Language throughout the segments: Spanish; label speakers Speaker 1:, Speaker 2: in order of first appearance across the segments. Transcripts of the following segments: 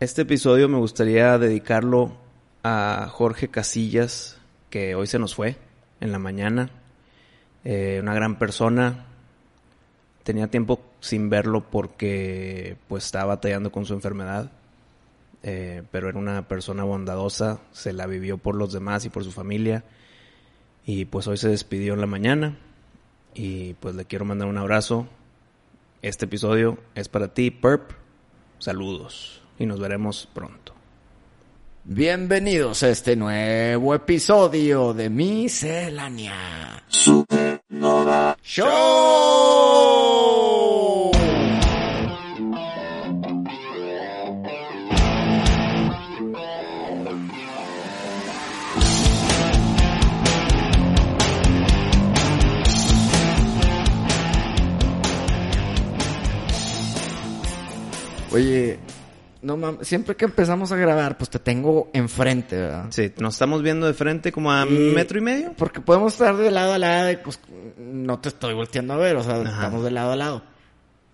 Speaker 1: Este episodio me gustaría dedicarlo a Jorge Casillas, que hoy se nos fue en la mañana. Eh, una gran persona. Tenía tiempo sin verlo porque pues estaba batallando con su enfermedad. Eh, pero era una persona bondadosa, se la vivió por los demás y por su familia. Y pues hoy se despidió en la mañana. Y pues le quiero mandar un abrazo. Este episodio es para ti, Perp. Saludos y nos veremos pronto.
Speaker 2: Bienvenidos a este nuevo episodio de Miscelánea Supernova Show. Oye, no mames, siempre que empezamos a grabar, pues te tengo enfrente, ¿verdad?
Speaker 1: Sí, nos estamos viendo de frente como a
Speaker 2: Y-
Speaker 1: metro y medio.
Speaker 2: Porque podemos estar de lado a lado y pues no te estoy volteando a ver, o sea, estamos de lado a lado.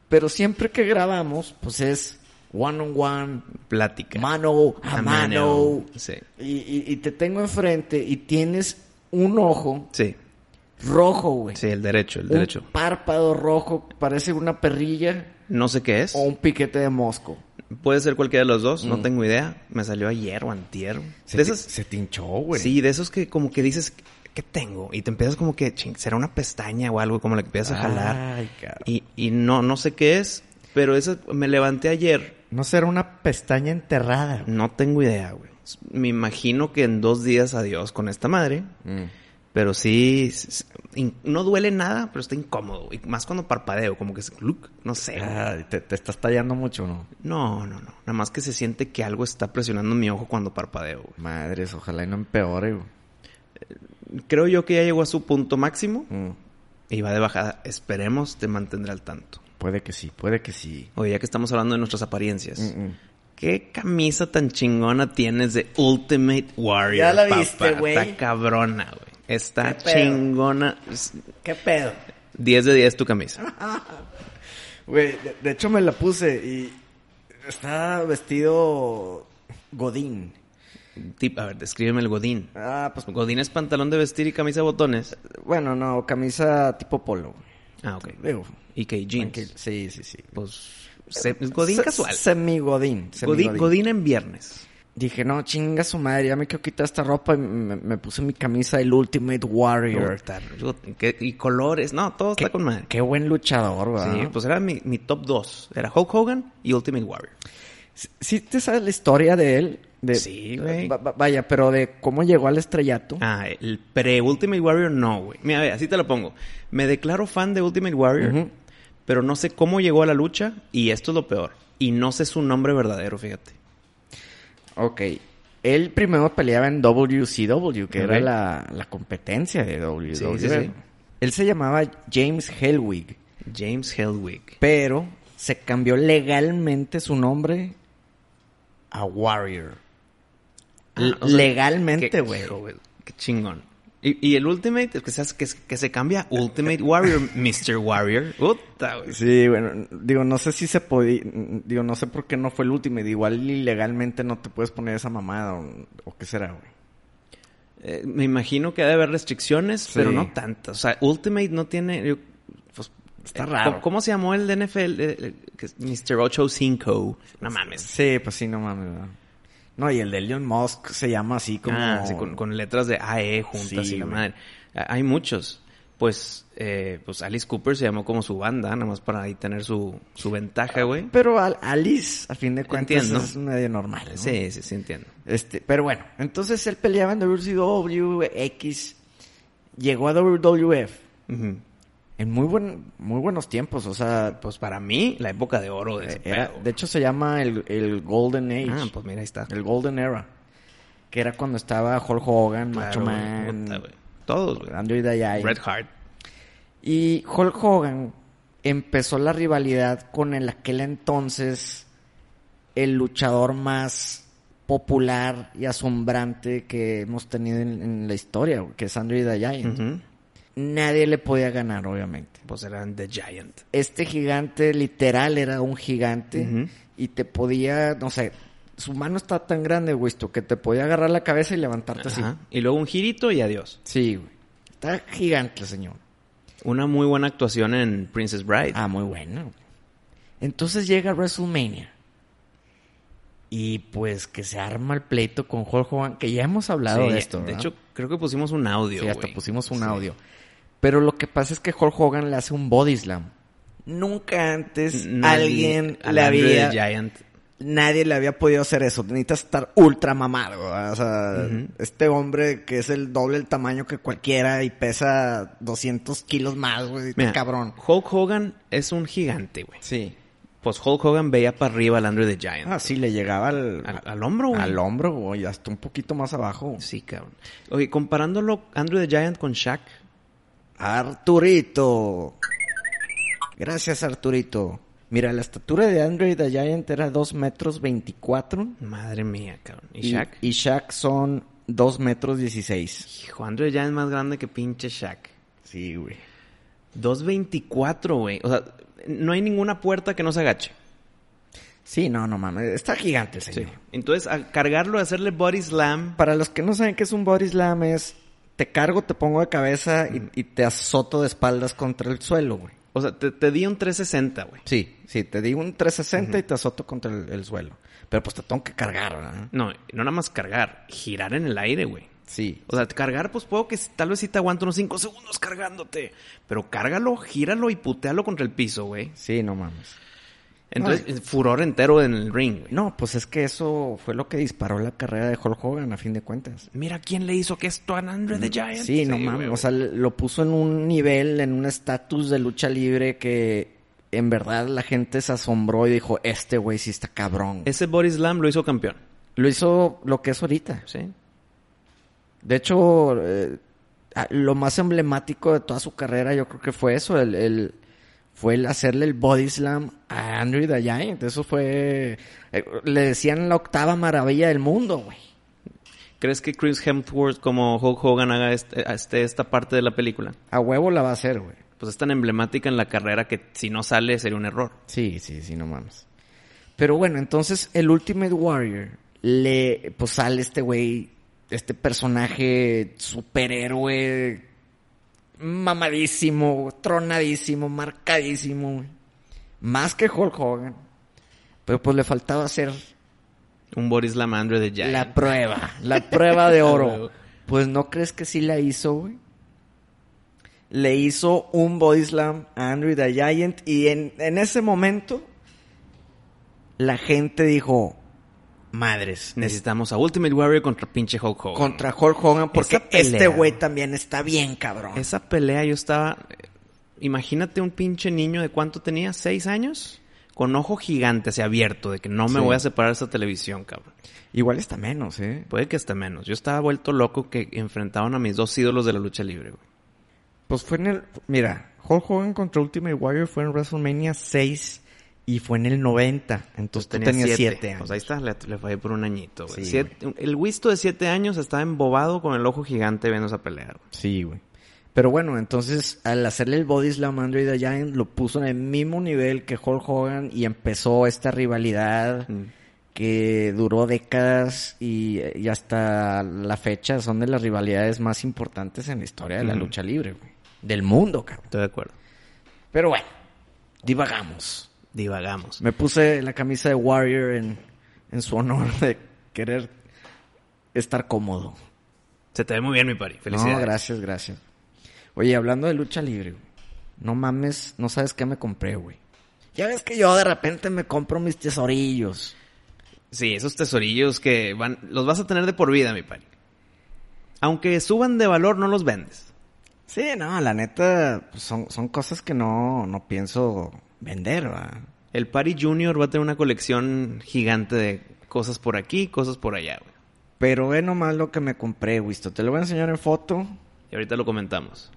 Speaker 2: Pero siempre que grabamos, pues es one on one,
Speaker 1: Plática.
Speaker 2: mano a,
Speaker 1: A
Speaker 2: mano.
Speaker 1: mano, sí.
Speaker 2: Y, y- y te tengo enfrente y tienes un ojo
Speaker 1: Sí,
Speaker 2: rojo, güey.
Speaker 1: sí, el derecho, el
Speaker 2: Un
Speaker 1: derecho.
Speaker 2: párpado rojo, parece una perrilla
Speaker 1: No sé qué es.
Speaker 2: o un piquete de mosco.
Speaker 1: Puede ser cualquiera de los dos, no tengo idea. Me salió ayer o antier.
Speaker 3: Se,
Speaker 1: de
Speaker 3: ti-
Speaker 1: esos,
Speaker 3: se tinchó, güey.
Speaker 1: sí, de esos que como que dices, ¿qué tengo? Y te empiezas como que, "Ching, será una pestaña o algo, como la que empiezas a
Speaker 2: Ah.
Speaker 1: jalar.
Speaker 3: Ay, cabrón.
Speaker 1: Y, y no, no sé qué es, pero esa, me levanté ayer
Speaker 3: No será una pestaña enterrada. güey.
Speaker 1: No tengo idea, güey. Me imagino que en dos días adiós con esta madre.
Speaker 3: Mm.
Speaker 1: Pero sí, s- s- in- no duele nada, pero está incómodo. Y más cuando parpadeo, como que es cluc, no sé.
Speaker 2: Ah.
Speaker 1: güey.
Speaker 3: Ay, Ah, te, te estás tallando mucho, ¿no?
Speaker 1: No, no, no. Nada más que se siente que algo está presionando mi ojo cuando parpadeo. güey.
Speaker 3: Madres, ojalá y no empeore, güey.
Speaker 1: Creo yo que ya llegó a su punto máximo
Speaker 3: Mm.
Speaker 1: y va de bajada. Esperemos te mantendrá al tanto.
Speaker 3: Puede que sí, puede que sí.
Speaker 1: Oye, ya que estamos hablando de nuestras apariencias.
Speaker 3: Mm, mm.
Speaker 1: ¿Qué camisa tan chingona tienes de Ultimate Warrior?
Speaker 2: Ya la
Speaker 1: papá?
Speaker 2: viste, güey.
Speaker 1: Está cabrona, güey. Está
Speaker 2: ¿Qué pedo?
Speaker 1: chingona. Es-
Speaker 2: ¿Qué pedo?
Speaker 1: 10 de 10 tu camisa.
Speaker 3: Güey, de, de hecho me la puse.
Speaker 2: y está vestido Godín.
Speaker 1: Tip- a ver, descríbeme el Godín.
Speaker 2: Ah, pues
Speaker 1: Godín es pantalón de vestir y camisa de botones.
Speaker 2: bueno, no, camisa tipo polo.
Speaker 1: Ah, ok.
Speaker 2: Digo,
Speaker 1: Y que jeans.
Speaker 2: tranquilo. Sí, sí, sí.
Speaker 1: Pues, se- Godín
Speaker 2: Se-
Speaker 1: casual.
Speaker 2: Semi-godín.
Speaker 1: Godín,
Speaker 2: semi-godín.
Speaker 1: Godín en viernes.
Speaker 2: Dije, no, chinga su madre, ya me quiero quitar esta ropa y me, me puse mi camisa del Ultimate Warrior.
Speaker 1: Puta, qué- Y colores. No, todo está con madre.
Speaker 2: Qué buen luchador, ¿verdad?
Speaker 1: Sí, pues era mi, mi top 2. Era Hulk Hogan y Ultimate Warrior.
Speaker 2: ¿Sí te sabes la historia de él? De- eh,
Speaker 1: Sí, güey.
Speaker 2: Va- va- Vaya, pero de cómo llegó al estrellato.
Speaker 1: Ah, el pre-Ultimate Warrior no, güey. Mira, a ver, así te lo pongo. Me declaro fan de Ultimate Warrior,
Speaker 2: Ujú.
Speaker 1: pero no sé cómo llegó a la lucha y esto es lo peor. Y no sé su nombre verdadero, fíjate.
Speaker 2: Ok. Él primero peleaba en WCW, que era
Speaker 1: Ok.
Speaker 2: la, la competencia de WWE.
Speaker 1: Sí, sí, sí.
Speaker 2: Él se llamaba James Helwig,
Speaker 1: James Helwig.
Speaker 2: pero se cambió legalmente su nombre a Warrior. L-
Speaker 1: o sea,
Speaker 2: legalmente,
Speaker 1: qué-
Speaker 2: güey.
Speaker 1: hijo, Qué chingón. Y, y el Ultimate, que, se- que, se- que se cambia a Ultimate Warrior, Mr. Warrior. Puta, güey.
Speaker 3: Sí, bueno, digo, no sé si se podía. Digo, no sé por qué no fue el último. Igual ilegalmente no te puedes poner esa mamada o, o qué será, güey.
Speaker 1: Eh, me imagino que ha de haber restricciones, pero no tantas. O sea, Ultimate no tiene. yo- pues,
Speaker 3: Está
Speaker 1: eh,
Speaker 3: raro.
Speaker 1: ¿cómo, cómo se llamó el de NFL? Eh, eh, que es Mr. 85. No mames.
Speaker 3: Sí, pues sí, no mames. ¿verdad? No, y el de Elon Musk se llama así como.
Speaker 1: Ah, sí, con, con letras de AE juntas
Speaker 3: Sí,
Speaker 1: y la
Speaker 3: güey.
Speaker 1: madre. A- Hay muchos. Pues, eh, pues Alice Cooper se llamó como su banda, nada más para ahí tener su, su ventaja, güey.
Speaker 3: Pero al- Alice, a fin de cuentas,
Speaker 1: Entiendo.
Speaker 3: es medio normal. ¿no?
Speaker 1: Sí, sí, sí, entiendo.
Speaker 3: Este, pero bueno,
Speaker 2: Entonces él peleaba en WCWX, llegó a WWF
Speaker 1: Ujú.
Speaker 2: en muy buen, muy buenos tiempos, o sea,
Speaker 1: Pues para mí, la época de oro de ese
Speaker 2: Eh, era-
Speaker 1: pedo.
Speaker 2: de hecho se llama el, el Golden Age,
Speaker 1: Ah, pues mira, ahí está.
Speaker 2: el Golden Era, que era cuando estaba Hulk Hogan, Macho
Speaker 1: Claro, güey. Puta,
Speaker 2: Man,
Speaker 1: güey. Todos, güey.
Speaker 2: Andrew Diay.
Speaker 1: Red Hart.
Speaker 2: Y Hulk Hogan empezó la rivalidad con el aquel entonces el luchador más popular y asombrante que hemos tenido en, en la historia, güey, que es Andrew the Giant.
Speaker 1: Ujú.
Speaker 2: Nadie le podía ganar, obviamente.
Speaker 1: Pues eran The Giant.
Speaker 2: Este gigante literal era un gigante
Speaker 1: Ujú.
Speaker 2: y te podía, no sé,
Speaker 4: su mano está tan grande, güey, esto, que te podía agarrar la cabeza y levantarte así.
Speaker 1: Ajá. Y luego un girito y adiós.
Speaker 4: Sí, güey. Está gigante el señor.
Speaker 1: Una muy buena actuación en Princess Bride.
Speaker 4: Ah, muy bueno. Entonces llega WrestleMania. Y pues que se arma el pleito con Hulk Hogan, que ya hemos
Speaker 1: Sí,
Speaker 4: hablado de esto. ¿verdad?
Speaker 1: hecho, creo que pusimos un audio.
Speaker 4: Sí, hasta
Speaker 1: güey.
Speaker 4: pusimos un
Speaker 1: Sí.
Speaker 4: audio. Pero lo que pasa es que Hulk Hogan le hace un body slam.
Speaker 2: Nunca antes
Speaker 1: Nadie-
Speaker 2: alguien
Speaker 1: al
Speaker 2: le
Speaker 1: Andre the
Speaker 2: había...
Speaker 1: Giant.
Speaker 2: nadie le había podido hacer eso. Necesitas estar ultra mamado. ¿verdad? O sea, este hombre que es el doble el tamaño que cualquiera y pesa 200 kilos más, güey. está
Speaker 1: Mira,
Speaker 2: Cabrón.
Speaker 1: Hulk Hogan es un gigante, güey.
Speaker 2: Sí.
Speaker 1: Pues Hulk Hogan veía para arriba al Andre the Giant.
Speaker 2: Ah, sí, le llegaba al,
Speaker 1: al, al hombro, güey.
Speaker 2: al hombro, güey. Hasta un poquito más abajo.
Speaker 1: Sí, cabrón. Oye, comparándolo Andrew the Giant con Shaq,
Speaker 2: Arturito. Gracias, Arturito. Mira, la estatura de Android the Giant era 2 metros 24.
Speaker 1: madre mía, cabrón. ¿Y Shaq?
Speaker 2: Y, Shaq son 2 metros 16.
Speaker 1: Hijo, Andrew the Giant es más grande que pinche Shaq.
Speaker 2: Sí, güey.
Speaker 1: 2.24, güey. O sea, no hay ninguna puerta que no se agache.
Speaker 2: Sí, no, no mames. Está gigante el
Speaker 1: Sí.
Speaker 2: señor.
Speaker 1: Entonces, a cargarlo, hacerle body slam.
Speaker 2: Para los que no saben qué es un body slam es... Te cargo, te pongo de cabeza y, y te azoto de espaldas contra el suelo, güey.
Speaker 1: O sea, te, te di un 360, güey.
Speaker 2: Sí, sí. Te digo un 360 y te azoto contra el, el suelo. Pero pues te tengo que cargar, ¿verdad?
Speaker 1: No, no nada más cargar, girar en el aire, güey.
Speaker 2: Sí.
Speaker 1: O sea, cargar, pues puedo que s- tal vez sí te aguanto unos 5 segundos cargándote. Pero cárgalo, gíralo y putealo contra el piso, güey.
Speaker 2: Sí, no mames.
Speaker 1: Entonces, furor entero en el ring, güey.
Speaker 2: No, pues es que eso fue lo que disparó la carrera de Hulk Hogan, a fin de cuentas.
Speaker 1: Mira quién le hizo que esto a Andre the Giant.
Speaker 2: Mm, Sí, no mames.
Speaker 1: güey.
Speaker 2: O sea, lo puso en un nivel, en un estatus de lucha libre que en verdad la gente se asombró y dijo, este güey sí está cabrón.
Speaker 1: Ese body slam lo hizo campeón.
Speaker 2: Lo hizo lo que es ahorita.
Speaker 1: Sí.
Speaker 2: De hecho, eh, ah, lo más emblemático de toda su carrera yo creo que fue eso, el, el- fue el hacerle el body slam a Andrew the Giant. Eso fue, eh, le decían la octava maravilla del mundo, güey.
Speaker 1: ¿Crees que Chris Hemsworth como Hulk Hogan haga este, este- esta parte de la película?
Speaker 2: A huevo la va a hacer, güey.
Speaker 1: Pues es tan emblemática en la carrera que si no sale sería un error.
Speaker 2: Sí, sí, sí, no mames.
Speaker 4: Pero bueno, entonces el Ultimate Warrior le pues sale este güey, este personaje superhéroe mamadísimo, tronadísimo, marcadísimo, güey. más que Hulk Hogan. Pero pues le faltaba hacer
Speaker 1: Un body slam a Andre the Giant.
Speaker 4: la prueba, la prueba de oro.
Speaker 1: huevo.
Speaker 4: Pues no crees que sí la hizo, güey.
Speaker 2: Le hizo un body slam a Andrew the Giant y en, en ese momento la gente dijo, madres,
Speaker 1: Necesitamos a Ultimate Warrior contra pinche Hulk Hogan.
Speaker 2: contra Hulk Hogan porque
Speaker 4: Esa pelea,
Speaker 2: este güey
Speaker 4: güey.
Speaker 2: también está bien cabrón.
Speaker 1: Esa pelea yo estaba... eh, Imagínate un pinche niño de cuánto tenía, seis años, con ojo gigante así abierto, de que no me
Speaker 2: Sí.
Speaker 1: voy a separar de esa televisión, cabrón.
Speaker 2: Igual está menos, ¿eh?
Speaker 1: Puede que hasta menos. Yo estaba vuelto loco que enfrentaban a mis dos ídolos de la lucha libre, güey.
Speaker 2: Pues fue en el... Mira, Hulk Hogan contra Ultimate Warrior fue en WrestleMania 6 y fue en el 90. Entonces tú tenías 7 años.
Speaker 1: Pues ahí está, le, le fallé por un añito, güey.
Speaker 2: Sí,
Speaker 1: Siete- el Wisto de siete años estaba embobado con el ojo gigante viendo esa pelea, güey.
Speaker 2: Sí, güey.
Speaker 4: Pero bueno, entonces al hacerle el body slam a Andre the Giant lo puso en el mismo nivel que Hulk Hogan y empezó esta rivalidad
Speaker 2: Mm.
Speaker 4: que duró décadas y, y hasta la fecha son de las rivalidades más importantes en la historia de la
Speaker 1: Ujú.
Speaker 4: lucha libre, güey. Del mundo, cabrón.
Speaker 1: Estoy de acuerdo.
Speaker 4: Pero bueno, divagamos.
Speaker 1: Divagamos.
Speaker 2: Me puse la camisa de Warrior en, en su honor de querer estar cómodo.
Speaker 1: Se te ve muy bien, mi pari. Felicidades.
Speaker 4: No, gracias, gracias. Oye, hablando de lucha libre, güey, no mames, no sabes qué me compré, güey. Ya ves que yo de repente me compro mis tesorillos.
Speaker 1: Sí, esos tesorillos que van, los vas a tener de por vida, mi pari. Aunque suban de valor, no los vendes.
Speaker 2: Sí, no, la neta, pues, son, son cosas que no, no pienso vender, va.
Speaker 1: El pari junior va a tener una colección gigante de cosas por aquí, cosas por allá, güey.
Speaker 2: Pero ve nomás lo que me compré, Wisto. Te lo voy a enseñar en foto.
Speaker 1: Y ahorita lo comentamos.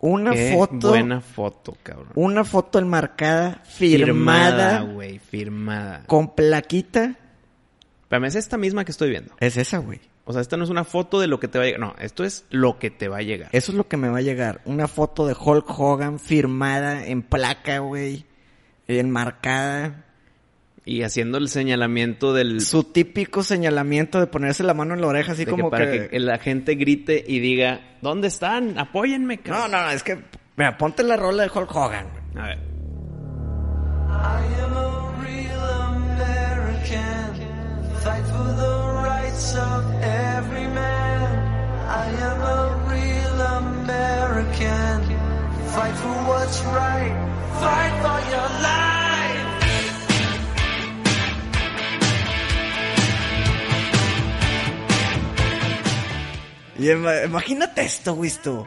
Speaker 2: Una
Speaker 1: Qué
Speaker 2: foto.
Speaker 1: Buena foto, cabrón.
Speaker 2: Una foto enmarcada, firmada,
Speaker 1: Firmada, güey, firmada.
Speaker 2: con plaquita.
Speaker 1: Para mí es esta misma que estoy viendo.
Speaker 2: Es esa, güey.
Speaker 1: O sea, esta no es una foto de lo que te va a llegar. No, esto es lo que te va a llegar.
Speaker 2: Eso es lo que me va a llegar. Una foto de Hulk Hogan firmada en placa, güey. Enmarcada.
Speaker 1: Y haciendo el señalamiento del...
Speaker 2: Su típico señalamiento de ponerse la mano en la oreja, así
Speaker 1: de que
Speaker 2: como
Speaker 1: para que... la gente grite y diga, ¿dónde están? Apóyenme,
Speaker 2: No,
Speaker 1: cabrón".
Speaker 2: no, no, es que. Mira, ponte la rola de Hulk Hogan, güey.
Speaker 1: A ver.
Speaker 5: I am a real American. Fight for the rights of every man. I am a real American. Fight for what's right. Fight for your life.
Speaker 2: Y ima- imagínate esto, güey, tú.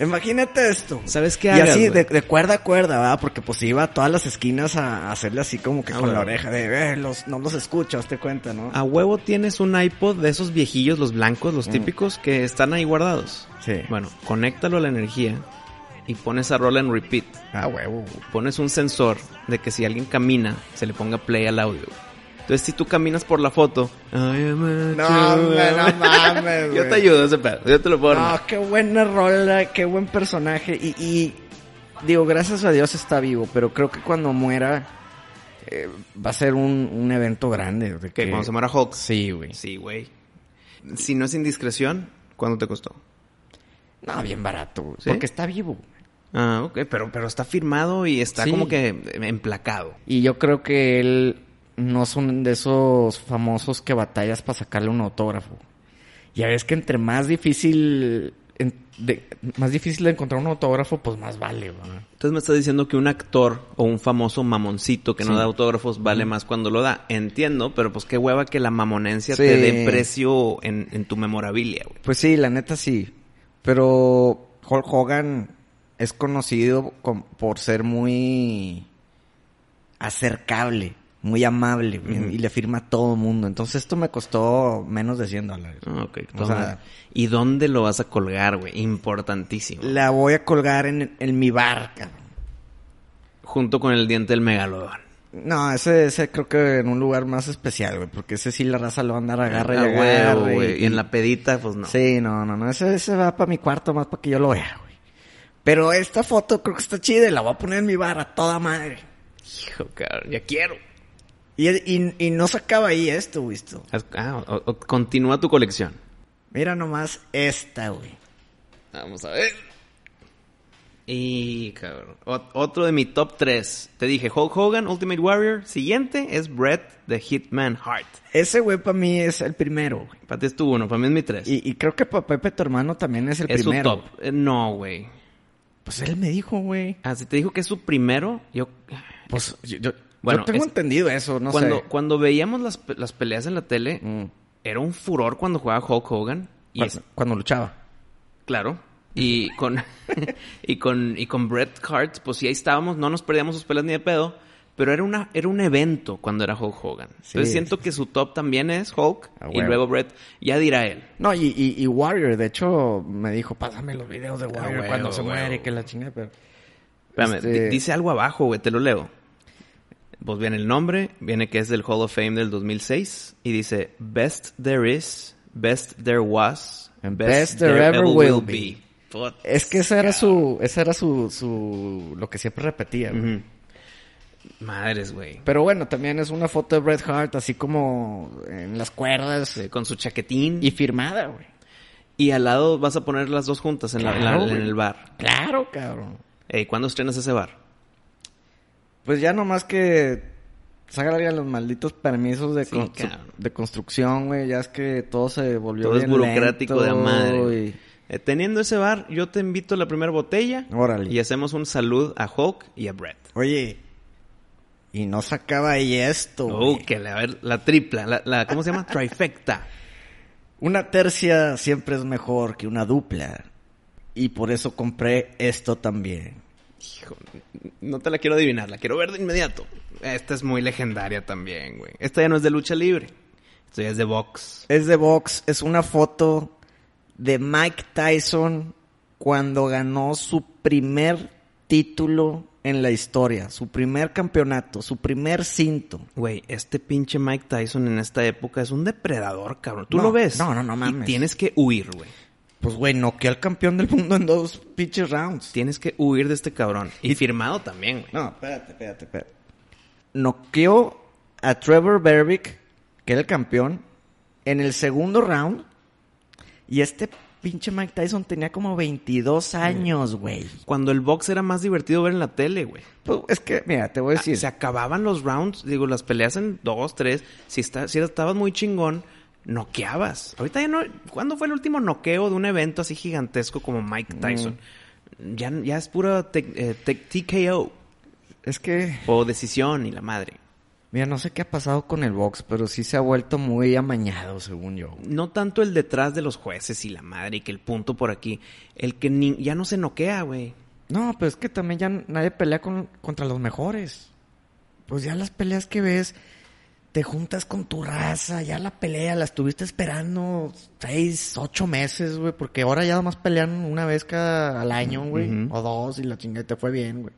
Speaker 2: Imagínate esto.
Speaker 1: ¿Sabes qué
Speaker 2: Y
Speaker 1: hagas,
Speaker 2: así, de,
Speaker 1: güey?
Speaker 2: de cuerda a cuerda, ¿verdad? Porque pues iba a todas las esquinas a, a hacerle así como que
Speaker 1: Ah,
Speaker 2: con la
Speaker 1: güey.
Speaker 2: oreja. De, eh, los, no los escucho, hazte cuenta, ¿no?
Speaker 1: A huevo tienes un iPod de esos viejillos, los blancos, los típicos, que están ahí guardados.
Speaker 2: Mm. Sí.
Speaker 1: Bueno, conéctalo a la energía y pones esa rola en repeat.
Speaker 2: Ah, huevo.
Speaker 1: Pones un sensor de que si alguien camina, se le ponga play al audio. Entonces, si tú caminas por la foto... I am a
Speaker 2: No,
Speaker 1: true-
Speaker 2: hombre, no mames, güey.
Speaker 1: Yo te ayudo ese pedo, yo te lo puedo armar.
Speaker 2: No, Ah, qué buena rola, qué buen personaje. Y, y, digo, gracias a Dios está vivo, pero creo que cuando muera eh, va a ser un, un evento grande. de
Speaker 1: Que
Speaker 2: que-
Speaker 1: cuando se muera Hulk.
Speaker 2: Sí, güey.
Speaker 1: Sí, güey. Si no es indiscreción, ¿cuánto te costó?
Speaker 2: No, bien barato, güey,
Speaker 1: ¿Sí?
Speaker 2: porque está vivo.
Speaker 1: Ah, ok, pero, pero está firmado y está
Speaker 2: Sí.
Speaker 1: como que emplacado.
Speaker 2: Y yo creo que él no es uno de esos famosos que batallas para sacarle un autógrafo. Ya ves que entre más difícil, en- de- más difícil de encontrar un autógrafo, pues más vale, güey.
Speaker 1: Entonces me estás diciendo que un actor o un famoso mamoncito que no
Speaker 2: Sí.
Speaker 1: da autógrafos vale más cuando lo da. Entiendo, pero pues qué hueva que la mamonencia
Speaker 2: Sí.
Speaker 1: te dé precio en, en tu memorabilia, güey.
Speaker 2: Pues sí, la neta sí. Pero Hulk Hogan es conocido com- por ser muy acercable, muy amable güey,
Speaker 1: Ujú.
Speaker 2: y le firma a todo el mundo. Entonces esto me costó menos de 100 dólares.
Speaker 1: Ah, ok.
Speaker 2: O sea-
Speaker 1: ¿Y dónde lo vas a colgar, güey? Importantísimo.
Speaker 2: La voy a colgar en, en mi bar, cabrón.
Speaker 1: Junto con el diente del megalodón.
Speaker 2: No, ese, ese creo que en un lugar más especial, güey, porque ese sí la raza lo va a andar agarra y
Speaker 1: Ah, güey,
Speaker 2: agarra.
Speaker 1: güey. Y en la pedita, pues no.
Speaker 2: Sí, no, no, no. Ese, ese va para mi cuarto más para que yo lo vea, güey. Pero esta foto creo que está chida y la voy a poner en mi bar a toda madre.
Speaker 1: Hijo, cabrón, ya quiero.
Speaker 2: Y, y, y no se acaba ahí esto, güey. esto.
Speaker 1: Ah, o- o- continúa tu colección.
Speaker 2: Mira nomás esta, güey.
Speaker 1: Vamos a ver. Y, cabrón. Ot- otro de mi top 3. Te dije Hulk Hogan, Ultimate Warrior. Siguiente es Bret the Hitman Hart.
Speaker 2: Ese, güey, para mí es el primero, güey.
Speaker 1: Para ti es tu uno, para mí es mi 3.
Speaker 2: Y, y creo que para Pepe, tu hermano, también es el
Speaker 1: es su
Speaker 2: primero.
Speaker 1: top. Eh, No, güey.
Speaker 2: Pues él me dijo, güey.
Speaker 1: Ah, si te dijo que es su primero, yo...
Speaker 2: Pues yo, yo-
Speaker 1: Bueno,
Speaker 2: yo tengo
Speaker 1: es-
Speaker 2: entendido eso, no
Speaker 1: cuando,
Speaker 2: sé.
Speaker 1: cuando veíamos las, pe- las peleas en la tele,
Speaker 2: Mm.
Speaker 1: era un furor cuando jugaba Hulk Hogan. Y
Speaker 2: Cuando-
Speaker 1: es,
Speaker 2: cuando luchaba.
Speaker 1: Claro. Y con, y con, y con Bret Hart, pues sí, ahí estábamos, no nos perdíamos sus pelas ni de pedo, pero era, una, era un evento cuando era Hulk Hogan. Entonces siento que su top también es Hulk
Speaker 2: Ah,
Speaker 1: y
Speaker 2: huevo.
Speaker 1: luego Bret, ya dirá él.
Speaker 2: No, y, y, y Warrior, de hecho, me dijo, pásame los videos de Warrior
Speaker 1: Ah, huevo,
Speaker 2: cuando se
Speaker 1: huevo.
Speaker 2: muere y que la chingada, pero...
Speaker 1: Espérame,
Speaker 2: Este-
Speaker 1: di- dice algo abajo, güey, te lo leo. Pues viene el nombre, viene que es del Hall of Fame del 2006 y dice Best There Is, Best There Was,
Speaker 2: And best there ever will be.
Speaker 1: Puta.
Speaker 2: Es que esa era su, esa era su, su, lo que siempre repetía, güey.
Speaker 1: Ujú. Madres, güey.
Speaker 2: Pero bueno, también es una foto de Bret Hart, así como en las cuerdas eh,
Speaker 1: Sí, Este, Con su chaquetín.
Speaker 2: y firmada, güey.
Speaker 1: Y al lado vas a poner las dos juntas en, la- en la-
Speaker 2: Claro,
Speaker 1: en
Speaker 2: güey.
Speaker 1: el bar.
Speaker 2: Claro, cabrón.
Speaker 1: Ey, ¿cuándo estrenas ese bar?
Speaker 2: Pues ya nomás que salgan los malditos permisos de,
Speaker 1: Sí,
Speaker 2: constru-
Speaker 1: cabrón.
Speaker 2: de construcción, güey. Ya es que todo se volvió
Speaker 1: Todo es
Speaker 2: bien
Speaker 1: burocrático de
Speaker 2: lento
Speaker 1: madre.
Speaker 2: y-
Speaker 1: Eh, teniendo ese bar, yo te invito a la primera botella.
Speaker 2: Órale.
Speaker 1: Y hacemos un salud a Hulk y a Brett.
Speaker 2: Oye, y no sacaba ahí esto,
Speaker 1: Oh,
Speaker 2: güey.
Speaker 1: que la, a ver, la tripla. La, la- ¿Cómo se llama? Trifecta.
Speaker 2: Una tercia siempre es mejor que una dupla. Y por eso compré esto también.
Speaker 1: Hijo, no te la quiero adivinar. La quiero ver de inmediato. Esta es muy legendaria también, güey. Esta ya no es de lucha libre. Esta ya es de box.
Speaker 2: Es de box, es una foto de Mike Tyson cuando ganó su primer título en la historia, su primer campeonato, su primer cinto.
Speaker 1: Güey, este pinche Mike Tyson en esta época es un depredador, cabrón. ¿Tú
Speaker 2: No,
Speaker 1: lo ves?
Speaker 2: no, no, no
Speaker 1: Y
Speaker 2: mames.
Speaker 1: tienes que huir, güey.
Speaker 2: Pues güey, noqueó al campeón del mundo en dos pinches rounds.
Speaker 1: Tienes que huir de este cabrón. Y, firmado también, güey.
Speaker 2: No, espérate, espérate, espérate. noqueó a Trevor Berbick, que era el campeón, en el segundo round. Y este pinche Mike Tyson tenía como 22 años, güey.
Speaker 1: Cuando el box era más divertido ver en la tele, güey.
Speaker 2: Pues, es que, mira, te voy a
Speaker 1: Ah,
Speaker 2: decir.
Speaker 1: Se acababan los rounds, digo, las peleas en dos, tres. Si, está, si estabas muy chingón, noqueabas. Ahorita ya no. ¿Cuándo fue el último noqueo de un evento así gigantesco como Mike
Speaker 2: Mm.
Speaker 1: Tyson? Ya, ya es pura tec- eh, tec- TKO
Speaker 2: Es que,
Speaker 1: o decisión y la madre.
Speaker 2: mira, no sé qué ha pasado con el box, pero sí se ha vuelto muy amañado, según yo. güey.
Speaker 1: No tanto el detrás de los jueces y la madre y que el punto por aquí. El que ni- ya no se noquea, güey.
Speaker 2: No, pero es que también ya nadie pelea con- contra los mejores. Pues ya las peleas que ves, te juntas con tu raza, ya la pelea, la estuviste esperando seis, ocho meses, güey, porque ahora ya nomás pelean una vez cada al año, güey,
Speaker 1: Ujú.
Speaker 2: o dos, y la chingada te fue bien, güey.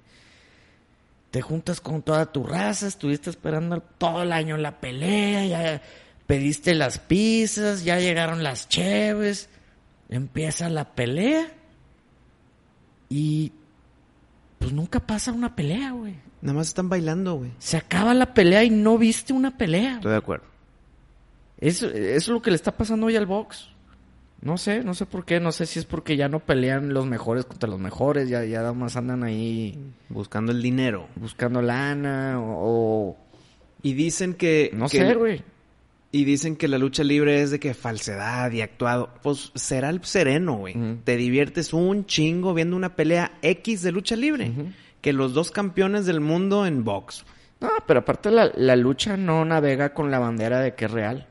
Speaker 2: Te juntas con toda tu raza, estuviste esperando todo el año la pelea, ya pediste las pizzas, ya llegaron las cheves, empieza la pelea y pues nunca pasa una pelea, güey.
Speaker 1: Nada más están bailando, güey.
Speaker 2: Se acaba la pelea y no viste una pelea.
Speaker 1: Estoy de acuerdo.
Speaker 2: Eso, eso es lo que le está pasando hoy al box. No sé, no sé por qué, no sé si es porque ya no pelean los mejores contra los mejores, ya, ya nada más andan ahí
Speaker 1: Buscando el dinero.
Speaker 2: buscando lana o... o-
Speaker 1: Y dicen que.
Speaker 2: no
Speaker 1: que-
Speaker 2: sé, güey.
Speaker 1: Y dicen que la lucha libre es de que falsedad y actuado. Pues será el sereno, güey.
Speaker 2: Ujú.
Speaker 1: Te diviertes un chingo viendo una pelea X de lucha libre. Que los dos campeones del mundo en box.
Speaker 2: No, pero aparte la, la lucha no navega con la bandera de que es real.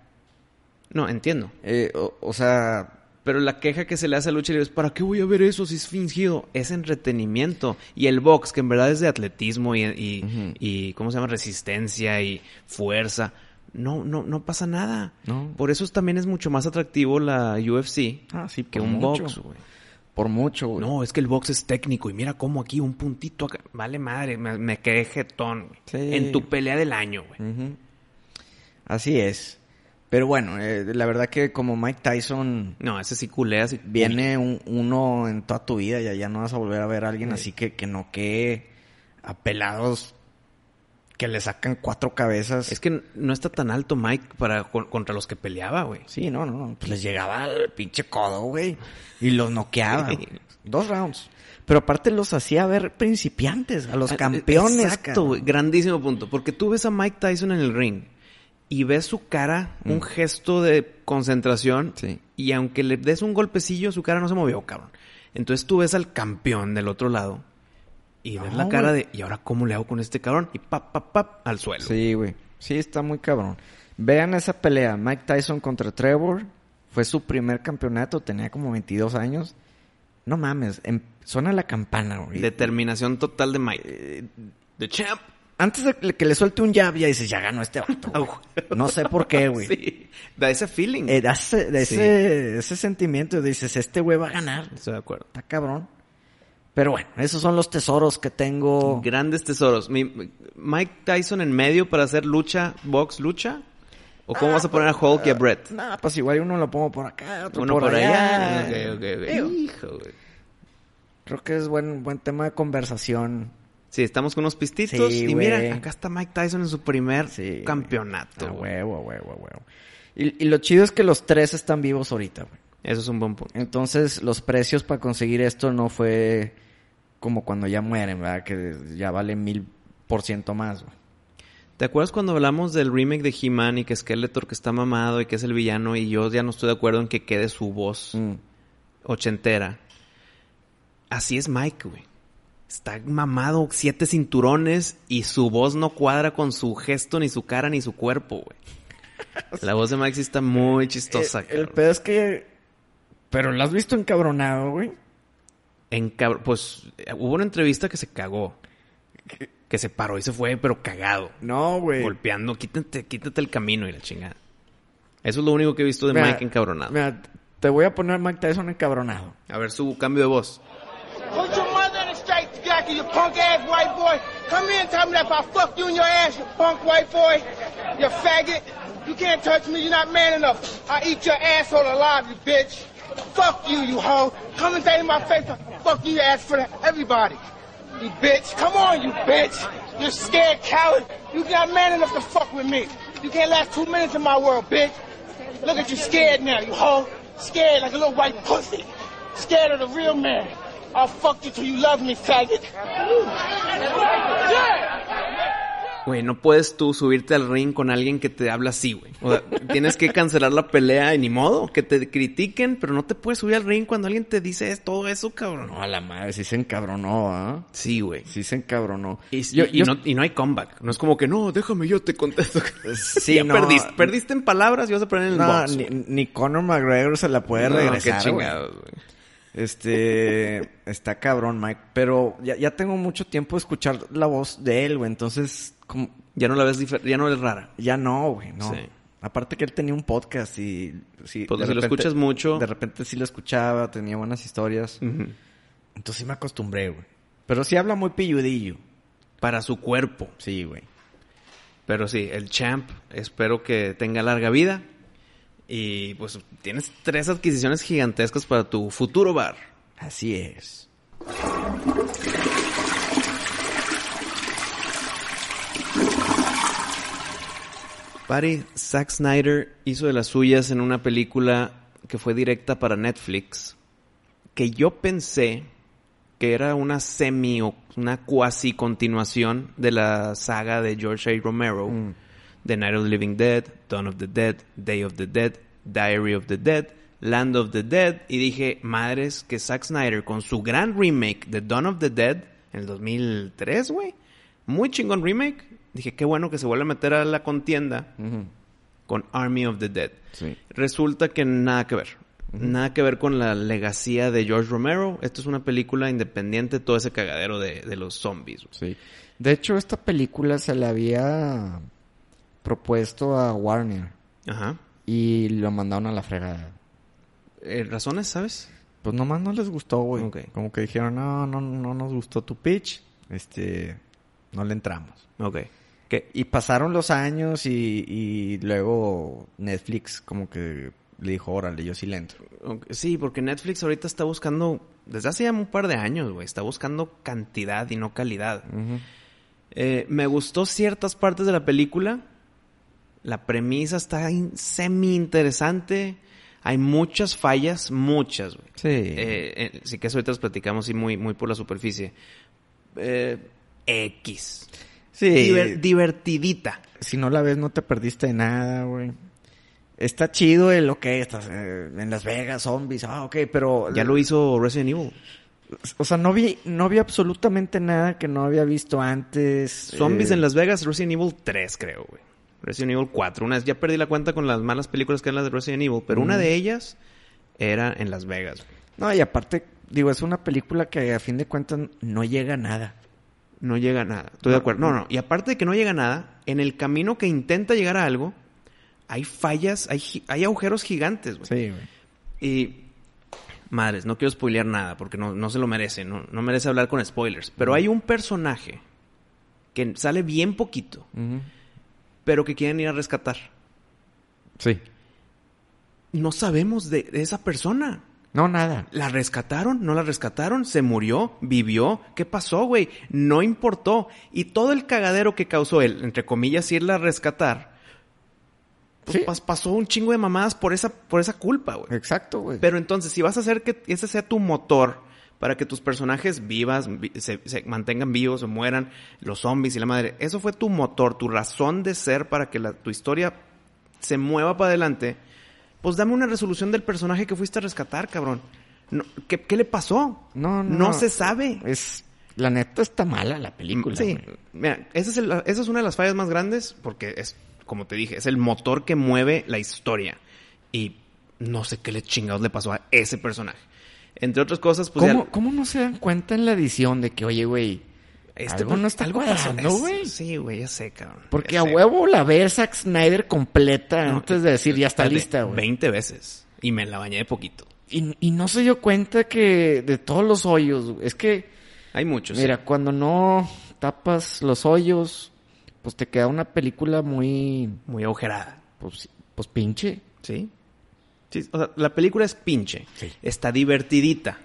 Speaker 1: No, entiendo.
Speaker 2: Eh, o, o sea,
Speaker 1: Pero la queja que se le hace a lucha libre es, ¿para qué voy a ver eso si es fingido? Es entretenimiento. Y el box, que en verdad es de atletismo y, y,
Speaker 2: Ujú.
Speaker 1: y, ¿cómo se llama? Resistencia y fuerza. No, no, no pasa nada.
Speaker 2: No.
Speaker 1: Por eso es- también es mucho más atractivo la UFC
Speaker 2: Ah, sí,
Speaker 1: que
Speaker 2: por
Speaker 1: un
Speaker 2: mucho.
Speaker 1: box, güey.
Speaker 2: por mucho, güey.
Speaker 1: No, es que el box es técnico y mira cómo aquí un puntito acá. Vale madre, me, me quedé jetón, güey.
Speaker 2: Sí. Mm.
Speaker 1: En tu pelea del año, güey.
Speaker 2: Ujú. Así es. Pero bueno, eh, la verdad que como Mike Tyson
Speaker 1: No, ese sí culeas y...
Speaker 2: viene un- uno en toda tu vida, ya, ya no vas a volver a ver a alguien así que, que no que a pelados que le sacan cuatro cabezas.
Speaker 1: Es que no está tan alto Mike para con- contra los que peleaba, güey.
Speaker 2: Sí, no, no, no. Pues les llegaba el pinche codo, güey. Y los noqueaba. güey. Dos rounds. Pero aparte los hacía ver principiantes, a los
Speaker 1: Ah,
Speaker 2: campeones.
Speaker 1: Exacto,
Speaker 2: cabrón.
Speaker 1: güey. Grandísimo punto. Porque tú ves a Mike Tyson en el ring y ves su cara, un gesto de concentración.
Speaker 2: Mm. Sí.
Speaker 1: Y aunque le des un golpecillo, su cara no se movió, cabrón. Entonces tú ves al campeón del otro lado y ves
Speaker 2: No,
Speaker 1: la cara
Speaker 2: güey.
Speaker 1: de, ¿y ahora cómo le hago con este cabrón? Y pap, pap, pap, al suelo.
Speaker 2: Sí, güey. Sí, está muy cabrón. Vean esa pelea. Mike Tyson contra Trevor. Fue su primer campeonato. Tenía como 22 años. No mames. em- suena la campana, güey.
Speaker 1: Determinación total de
Speaker 2: Eh,
Speaker 1: Mike. The champ.
Speaker 2: Antes de que le suelte un jab, ya dices, ya ganó este vato. güey". No sé por qué, güey.
Speaker 1: Sí. Da ese feeling.
Speaker 2: Eh, da ese, da ese- ese sentimiento. Dices, este güey va a ganar.
Speaker 1: Estoy de acuerdo.
Speaker 2: Está cabrón. Pero bueno, esos son los tesoros que tengo.
Speaker 1: Grandes tesoros. Mi- Mike Tyson en medio para hacer lucha, box, lucha. ¿O
Speaker 2: Ah,
Speaker 1: cómo vas a poner a Hulk y a Brett?
Speaker 2: Nada, pues igual uno lo pongo por acá, otro
Speaker 1: Uno
Speaker 2: por, allá.
Speaker 1: Ok, ok, ok.
Speaker 2: Digo,
Speaker 1: Hijo, güey.
Speaker 2: Creo que es buen, buen tema de conversación.
Speaker 1: Sí, estamos con unos pistitos.
Speaker 2: Sí,
Speaker 1: y mira,
Speaker 2: güey.
Speaker 1: acá está Mike Tyson en su primer
Speaker 2: Sí, Ah,
Speaker 1: campeonato.
Speaker 2: A
Speaker 1: güey.
Speaker 2: huevo, a huevo, a huevo. Y, y lo chido es que los tres están vivos ahorita, güey.
Speaker 1: Eso es un buen punto.
Speaker 2: Entonces, los precios para conseguir esto no fue como cuando ya mueren, ¿verdad? Que ya vale mil por ciento más, güey.
Speaker 1: ¿Te acuerdas cuando hablamos del remake de He-Man y que Skeletor que está mamado y que es el villano y yo ya no estoy de acuerdo en que quede su voz
Speaker 2: Mm.
Speaker 1: ochentera? Así es Mike, güey. Está mamado, siete cinturones y su voz no cuadra con su gesto, ni su cara, ni su cuerpo, güey. La voz de Mike sí está muy
Speaker 3: Eh,
Speaker 1: chistosa,
Speaker 2: el, Eh, el
Speaker 1: cabrón.
Speaker 2: pedo es que... Pero lo has visto encabronado, güey.
Speaker 1: En cabr- pues eh, hubo una entrevista que se cagó. Que se paró y se fue, pero cagado.
Speaker 2: No, güey.
Speaker 1: Golpeando, quítate, quítate el camino y la chingada. Eso es lo único que he visto de
Speaker 2: Mira,
Speaker 1: Mike encabronado.
Speaker 2: Mira, te voy a poner Mike Tyson encabronado.
Speaker 1: A ver su cambio de voz.
Speaker 6: Put your mother in a straight jacket, you punk ass white boy. Come here and tell me that if I fuck you in your ass, you punk white boy, you faggot. You can't touch me, you're not man enough. I eat your asshole alive, you bitch. Fuck you, you hoe. Come and say in my face, fuck you, you ass for everybody. You bitch. Come on, you bitch. You scared coward. You got man enough to fuck with me. You can't last two minutes in my world, bitch. Look at you scared now, you hoe. Scared like a little white pussy. Scared of the real man. I'll fuck you till you love me, faggot.
Speaker 1: Güey, no puedes tú subirte al ring con alguien que te habla así, güey. O sea, tienes que cancelar la pelea y ni modo, que te critiquen, pero no te puedes subir al ring cuando alguien te dice es- todo eso, cabrón.
Speaker 3: No, a la madre, sí se encabronó, ¿ah?
Speaker 1: Sí, güey.
Speaker 3: Sí se encabronó.
Speaker 1: Y,
Speaker 3: Yo-
Speaker 1: y
Speaker 3: yo-
Speaker 1: no, y no hay comeback. No es como que, no, déjame, yo te contesto.
Speaker 3: Sí,
Speaker 1: ya
Speaker 3: no.
Speaker 1: perdiste, perdiste en palabras y vas a perder en el
Speaker 3: No,
Speaker 1: box.
Speaker 3: ni,
Speaker 1: güey.
Speaker 3: ni Conor McGregor se la puede
Speaker 1: No,
Speaker 3: regresar.
Speaker 1: qué
Speaker 3: güey.
Speaker 1: chingados, güey.
Speaker 3: Este está cabrón, Mike. Pero ya, ya tengo mucho tiempo de escuchar la voz de él, güey. Entonces, como,
Speaker 1: Ya no la ves difer- ya no es rara.
Speaker 3: ya no, güey, no.
Speaker 1: Sí.
Speaker 3: Aparte que él tenía un podcast y sí,
Speaker 1: Pues,
Speaker 3: de
Speaker 1: si lo escuchas mucho-
Speaker 3: De repente sí lo escuchaba, tenía buenas historias. Entonces sí me acostumbré, güey. Pero sí habla muy pilludillo.
Speaker 1: Para su cuerpo.
Speaker 3: Sí, güey.
Speaker 1: Pero sí, el champ, espero que tenga larga vida. Y pues tienes tres adquisiciones gigantescas para tu futuro bar.
Speaker 3: Así es.
Speaker 1: Pari, Zack Snyder hizo de las suyas en una película que fue directa para Netflix, que yo pensé que era una semi o una cuasi continuación de la saga de George A. Romero, The Night of the Living Dead, Dawn of the Dead, Day of the Dead, Diary of the Dead, Land of the Dead, y dije, madres, que Zack Snyder con su gran remake de Dawn of the Dead en el 2003, güey, muy chingón remake, dije, qué bueno que se vuelve a meter a la contienda con Army of the Dead.
Speaker 3: Sí.
Speaker 1: Resulta que nada que ver. Nada que ver con la legacía de George Romero. Esto es una película independiente, todo ese cagadero de, de los zombies. güey.
Speaker 3: Sí.
Speaker 2: De hecho, esta película se la había propuesto a Warner
Speaker 1: Ajá.
Speaker 2: y lo mandaron a la fregada.
Speaker 1: Eh, ¿Razones, sabes?
Speaker 3: Pues nomás no les gustó, güey.
Speaker 1: Ok.
Speaker 3: Como que dijeron, no, no, no nos gustó tu pitch. Este, no le entramos.
Speaker 1: Ok.
Speaker 3: Que- y pasaron los años y, y luego Netflix como que le dijo, órale, yo sí le entro.
Speaker 1: Ok, Sí, porque Netflix ahorita está buscando, desde hace ya un par de años, güey, está buscando cantidad y no calidad. Eh, me gustó ciertas partes de la película. La premisa está in- semi interesante. Hay muchas fallas, muchas, güey.
Speaker 3: Sí.
Speaker 1: Eh, eh, sí que eso ahorita las platicamos y muy, muy por la superficie. Eh, X.
Speaker 3: sí.
Speaker 1: Diver- divertidita.
Speaker 3: si no la ves no te perdiste de nada, güey. Está chido el, ok, estás eh, en Las Vegas, zombies, ah, ok, pero...
Speaker 1: Ya lo hizo Resident Evil.
Speaker 3: O sea, no vi, no vi absolutamente nada que no había visto antes.
Speaker 1: Zombies
Speaker 3: eh,
Speaker 1: en Las Vegas, Resident Evil 3, creo, güey. Resident Evil 4. Una vez ya perdí la cuenta con las malas películas que eran las de Resident Evil, pero una de ellas era en Las Vegas. güey.
Speaker 3: No, y aparte, digo, es una película que a fin de cuentas no llega a nada.
Speaker 1: No llega a nada. Estoy de acuerdo. No, no. Y aparte de que no llega a nada, en el camino que intenta llegar a algo, hay fallas, hay, gi- hay agujeros gigantes, güey.
Speaker 3: Sí, güey.
Speaker 1: Y. Madres, no quiero spoilear nada porque no, no se lo merece, no, no merece hablar con spoilers. Pero hay un personaje que sale bien poquito, pero que quieren ir a rescatar.
Speaker 3: Sí.
Speaker 1: No sabemos de, de esa persona.
Speaker 3: No, nada.
Speaker 1: ¿La rescataron? ¿No la rescataron? ¿Se murió? ¿Vivió? ¿Qué pasó, güey? No importó. Y todo el cagadero que causó él, entre comillas, irla a rescatar, pues
Speaker 3: Sí.
Speaker 1: pas- pasó un chingo de mamadas por esa, por esa culpa, güey.
Speaker 3: Exacto, güey.
Speaker 1: Pero entonces, si vas a hacer que ese sea tu motor para que tus personajes vivas, vi- se, se mantengan vivos, se mueran, los zombies y la madre, eso fue tu motor, tu razón de ser para que la- tu historia se mueva para adelante, pues dame una resolución del personaje que fuiste a rescatar, cabrón. No, ¿qué, qué le pasó?
Speaker 2: No, no,
Speaker 1: No
Speaker 2: no.
Speaker 1: se sabe.
Speaker 2: Es, la neta está mala la película.
Speaker 1: Sí,
Speaker 2: güey.
Speaker 1: mira, esa es, el- esa es una de las fallas más grandes porque es, como te dije, es el motor que mueve la historia. Y no sé qué le chingados le pasó a ese personaje. Entre otras cosas, pues
Speaker 2: ¿Cómo,
Speaker 1: ya-
Speaker 2: cómo no se dan cuenta en la edición de que, oye, güey, algo
Speaker 1: per-
Speaker 2: no está cuadrando,
Speaker 1: pasó. este Es-
Speaker 2: güey?
Speaker 1: Sí, güey, ya sé, cabrón.
Speaker 2: Porque
Speaker 1: ya
Speaker 2: a
Speaker 1: sé.
Speaker 2: huevo la ve Zack Snyder completa
Speaker 1: No,
Speaker 2: antes de decir ya está
Speaker 1: espérate,
Speaker 2: lista, güey.
Speaker 1: 20 veces. Y me la bañé de poquito.
Speaker 2: Y, y no se dio cuenta que de todos los hoyos, güey. es que,
Speaker 1: Hay muchos.
Speaker 2: mira, cuando no tapas los hoyos, pues te queda una película muy,
Speaker 1: Muy agujerada.
Speaker 2: pues, pues pinche.
Speaker 1: ¿Sí? Sí, o sea, la película es pinche. Está divertidita.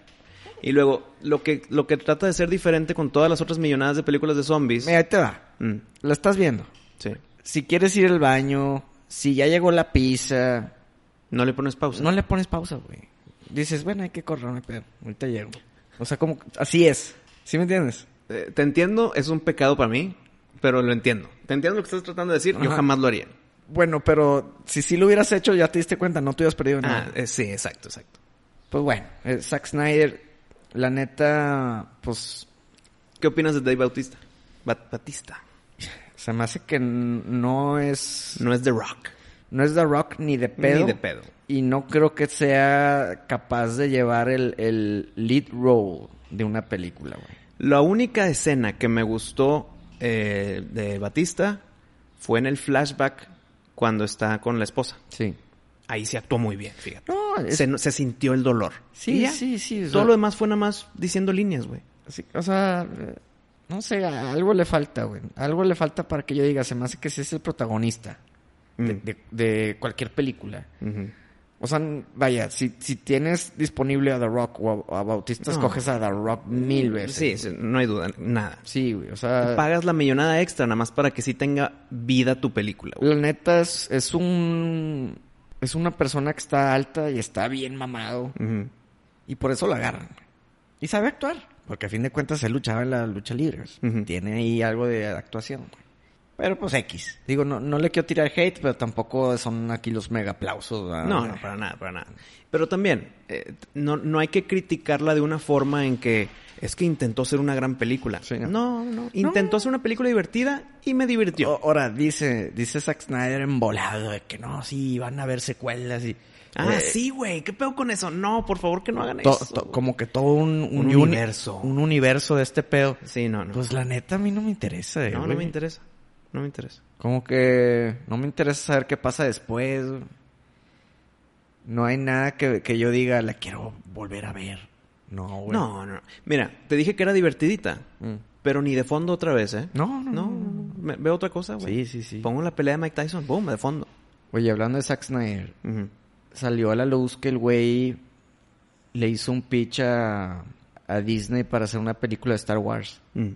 Speaker 1: Y luego, lo que, lo que trata de ser diferente con todas las otras millonadas de películas de zombies
Speaker 3: Mira, ahí te va.
Speaker 1: Mm,
Speaker 2: La estás viendo.
Speaker 1: sí.
Speaker 2: Si quieres ir al baño, si ya llegó la pizza, pues
Speaker 1: No le pones pausa.
Speaker 2: no le pones pausa, güey. Dices, bueno, hay que correr, no hay pedo. Ahorita llego. O sea, como, así es. ¿Sí me entiendes?
Speaker 1: Eh, te entiendo, es un pecado para mí, pero lo entiendo. Te entiendo lo que estás tratando de decir, yo
Speaker 2: Ajá.
Speaker 1: jamás lo haría.
Speaker 2: Bueno, pero si sí lo hubieras hecho, ya te diste cuenta, no te hubieras perdido nada.
Speaker 1: Ah, eh, sí, exacto, exacto.
Speaker 2: Pues bueno, eh, Zack Snyder, la neta, pues
Speaker 1: ¿Qué opinas de Dave Bautista? Bat- Batista.
Speaker 2: se me hace que n- no es
Speaker 1: No es The Rock.
Speaker 2: no es The Rock ni de pedo.
Speaker 1: Ni de pedo.
Speaker 2: Y no creo que sea capaz de llevar el, el lead role de una película, güey.
Speaker 1: La única escena que me gustó eh, de Batista fue en el flashback cuando está con la esposa.
Speaker 2: Sí.
Speaker 1: Ahí se actuó muy bien, fíjate.
Speaker 2: No, es-
Speaker 1: Se, se sintió el dolor.
Speaker 2: Sí,
Speaker 1: Y ya.
Speaker 2: sí, sí, o
Speaker 1: Todo
Speaker 2: sea-
Speaker 1: lo demás fue nada más diciendo líneas, güey.
Speaker 2: sí, o sea, eh, no sé, a- algo le falta, güey. Algo le falta para que yo diga, se me hace que sí es el protagonista de-
Speaker 1: Mm.
Speaker 2: de- de cualquier película.
Speaker 1: Ujú.
Speaker 2: O sea, vaya, si, si tienes disponible a The Rock o a, a Bautista,
Speaker 1: No.
Speaker 2: escoges a The Rock mil veces. Ah.
Speaker 1: Sí, Pues sí, no hay duda, nada.
Speaker 2: Sí, güey. O sea,
Speaker 1: Pagas la millonada extra nada más para que sí tenga vida tu película, güey.
Speaker 2: la neta es, es un. Es una persona que está alta y está bien mamado.
Speaker 1: Ujú.
Speaker 2: Y por eso lo agarran. Y sabe actuar. Porque a fin de cuentas él luchaba en la lucha libre.
Speaker 1: Ujú.
Speaker 2: Tiene ahí algo de actuación, güey. Pero pues X. Digo, no, no le quiero tirar hate, pero tampoco son aquí los mega aplausos. ¿verdad?
Speaker 1: No, no, para nada, para nada. Pero también, eh, t- no, no hay que criticarla de una forma en que es que intentó ser una gran película.
Speaker 2: Sí, no.
Speaker 1: no. no, Intentó hacer una película divertida y me divirtió.
Speaker 2: O- Ahora, dice, dice Zack Snyder embolado de que no, sí, van a haber secuelas y...
Speaker 1: ah,
Speaker 2: Eh,
Speaker 1: sí, güey, ¿qué pedo con eso? No, por favor, que no hagan
Speaker 2: to-
Speaker 1: eso.
Speaker 2: to-
Speaker 1: güey.
Speaker 2: como que todo un, un
Speaker 1: Un
Speaker 2: uni-
Speaker 1: universo.
Speaker 2: Un universo de este pedo.
Speaker 1: Sí, no, no.
Speaker 2: Pues la neta a mí no me interesa. eh,
Speaker 1: no, no
Speaker 2: güey.
Speaker 1: me interesa. No me interesa.
Speaker 2: Como que no me interesa saber qué pasa después. güey. No hay nada que, que yo diga, la quiero volver a ver. No, güey.
Speaker 1: No, no. Mira, te dije que era divertidita,
Speaker 2: Mm.
Speaker 1: pero ni de fondo otra vez, ¿eh?
Speaker 2: No, no, no,
Speaker 1: No,
Speaker 2: no,
Speaker 1: me- veo otra cosa, güey.
Speaker 2: Sí, sí, sí.
Speaker 1: Pongo la pelea de Mike Tyson, boom, de fondo.
Speaker 2: Oye, hablando de Zack Snyder,
Speaker 1: Ujú.
Speaker 2: salió a la luz que el güey le hizo un pitch a, a Disney para hacer una película de Star Wars.
Speaker 1: Mm.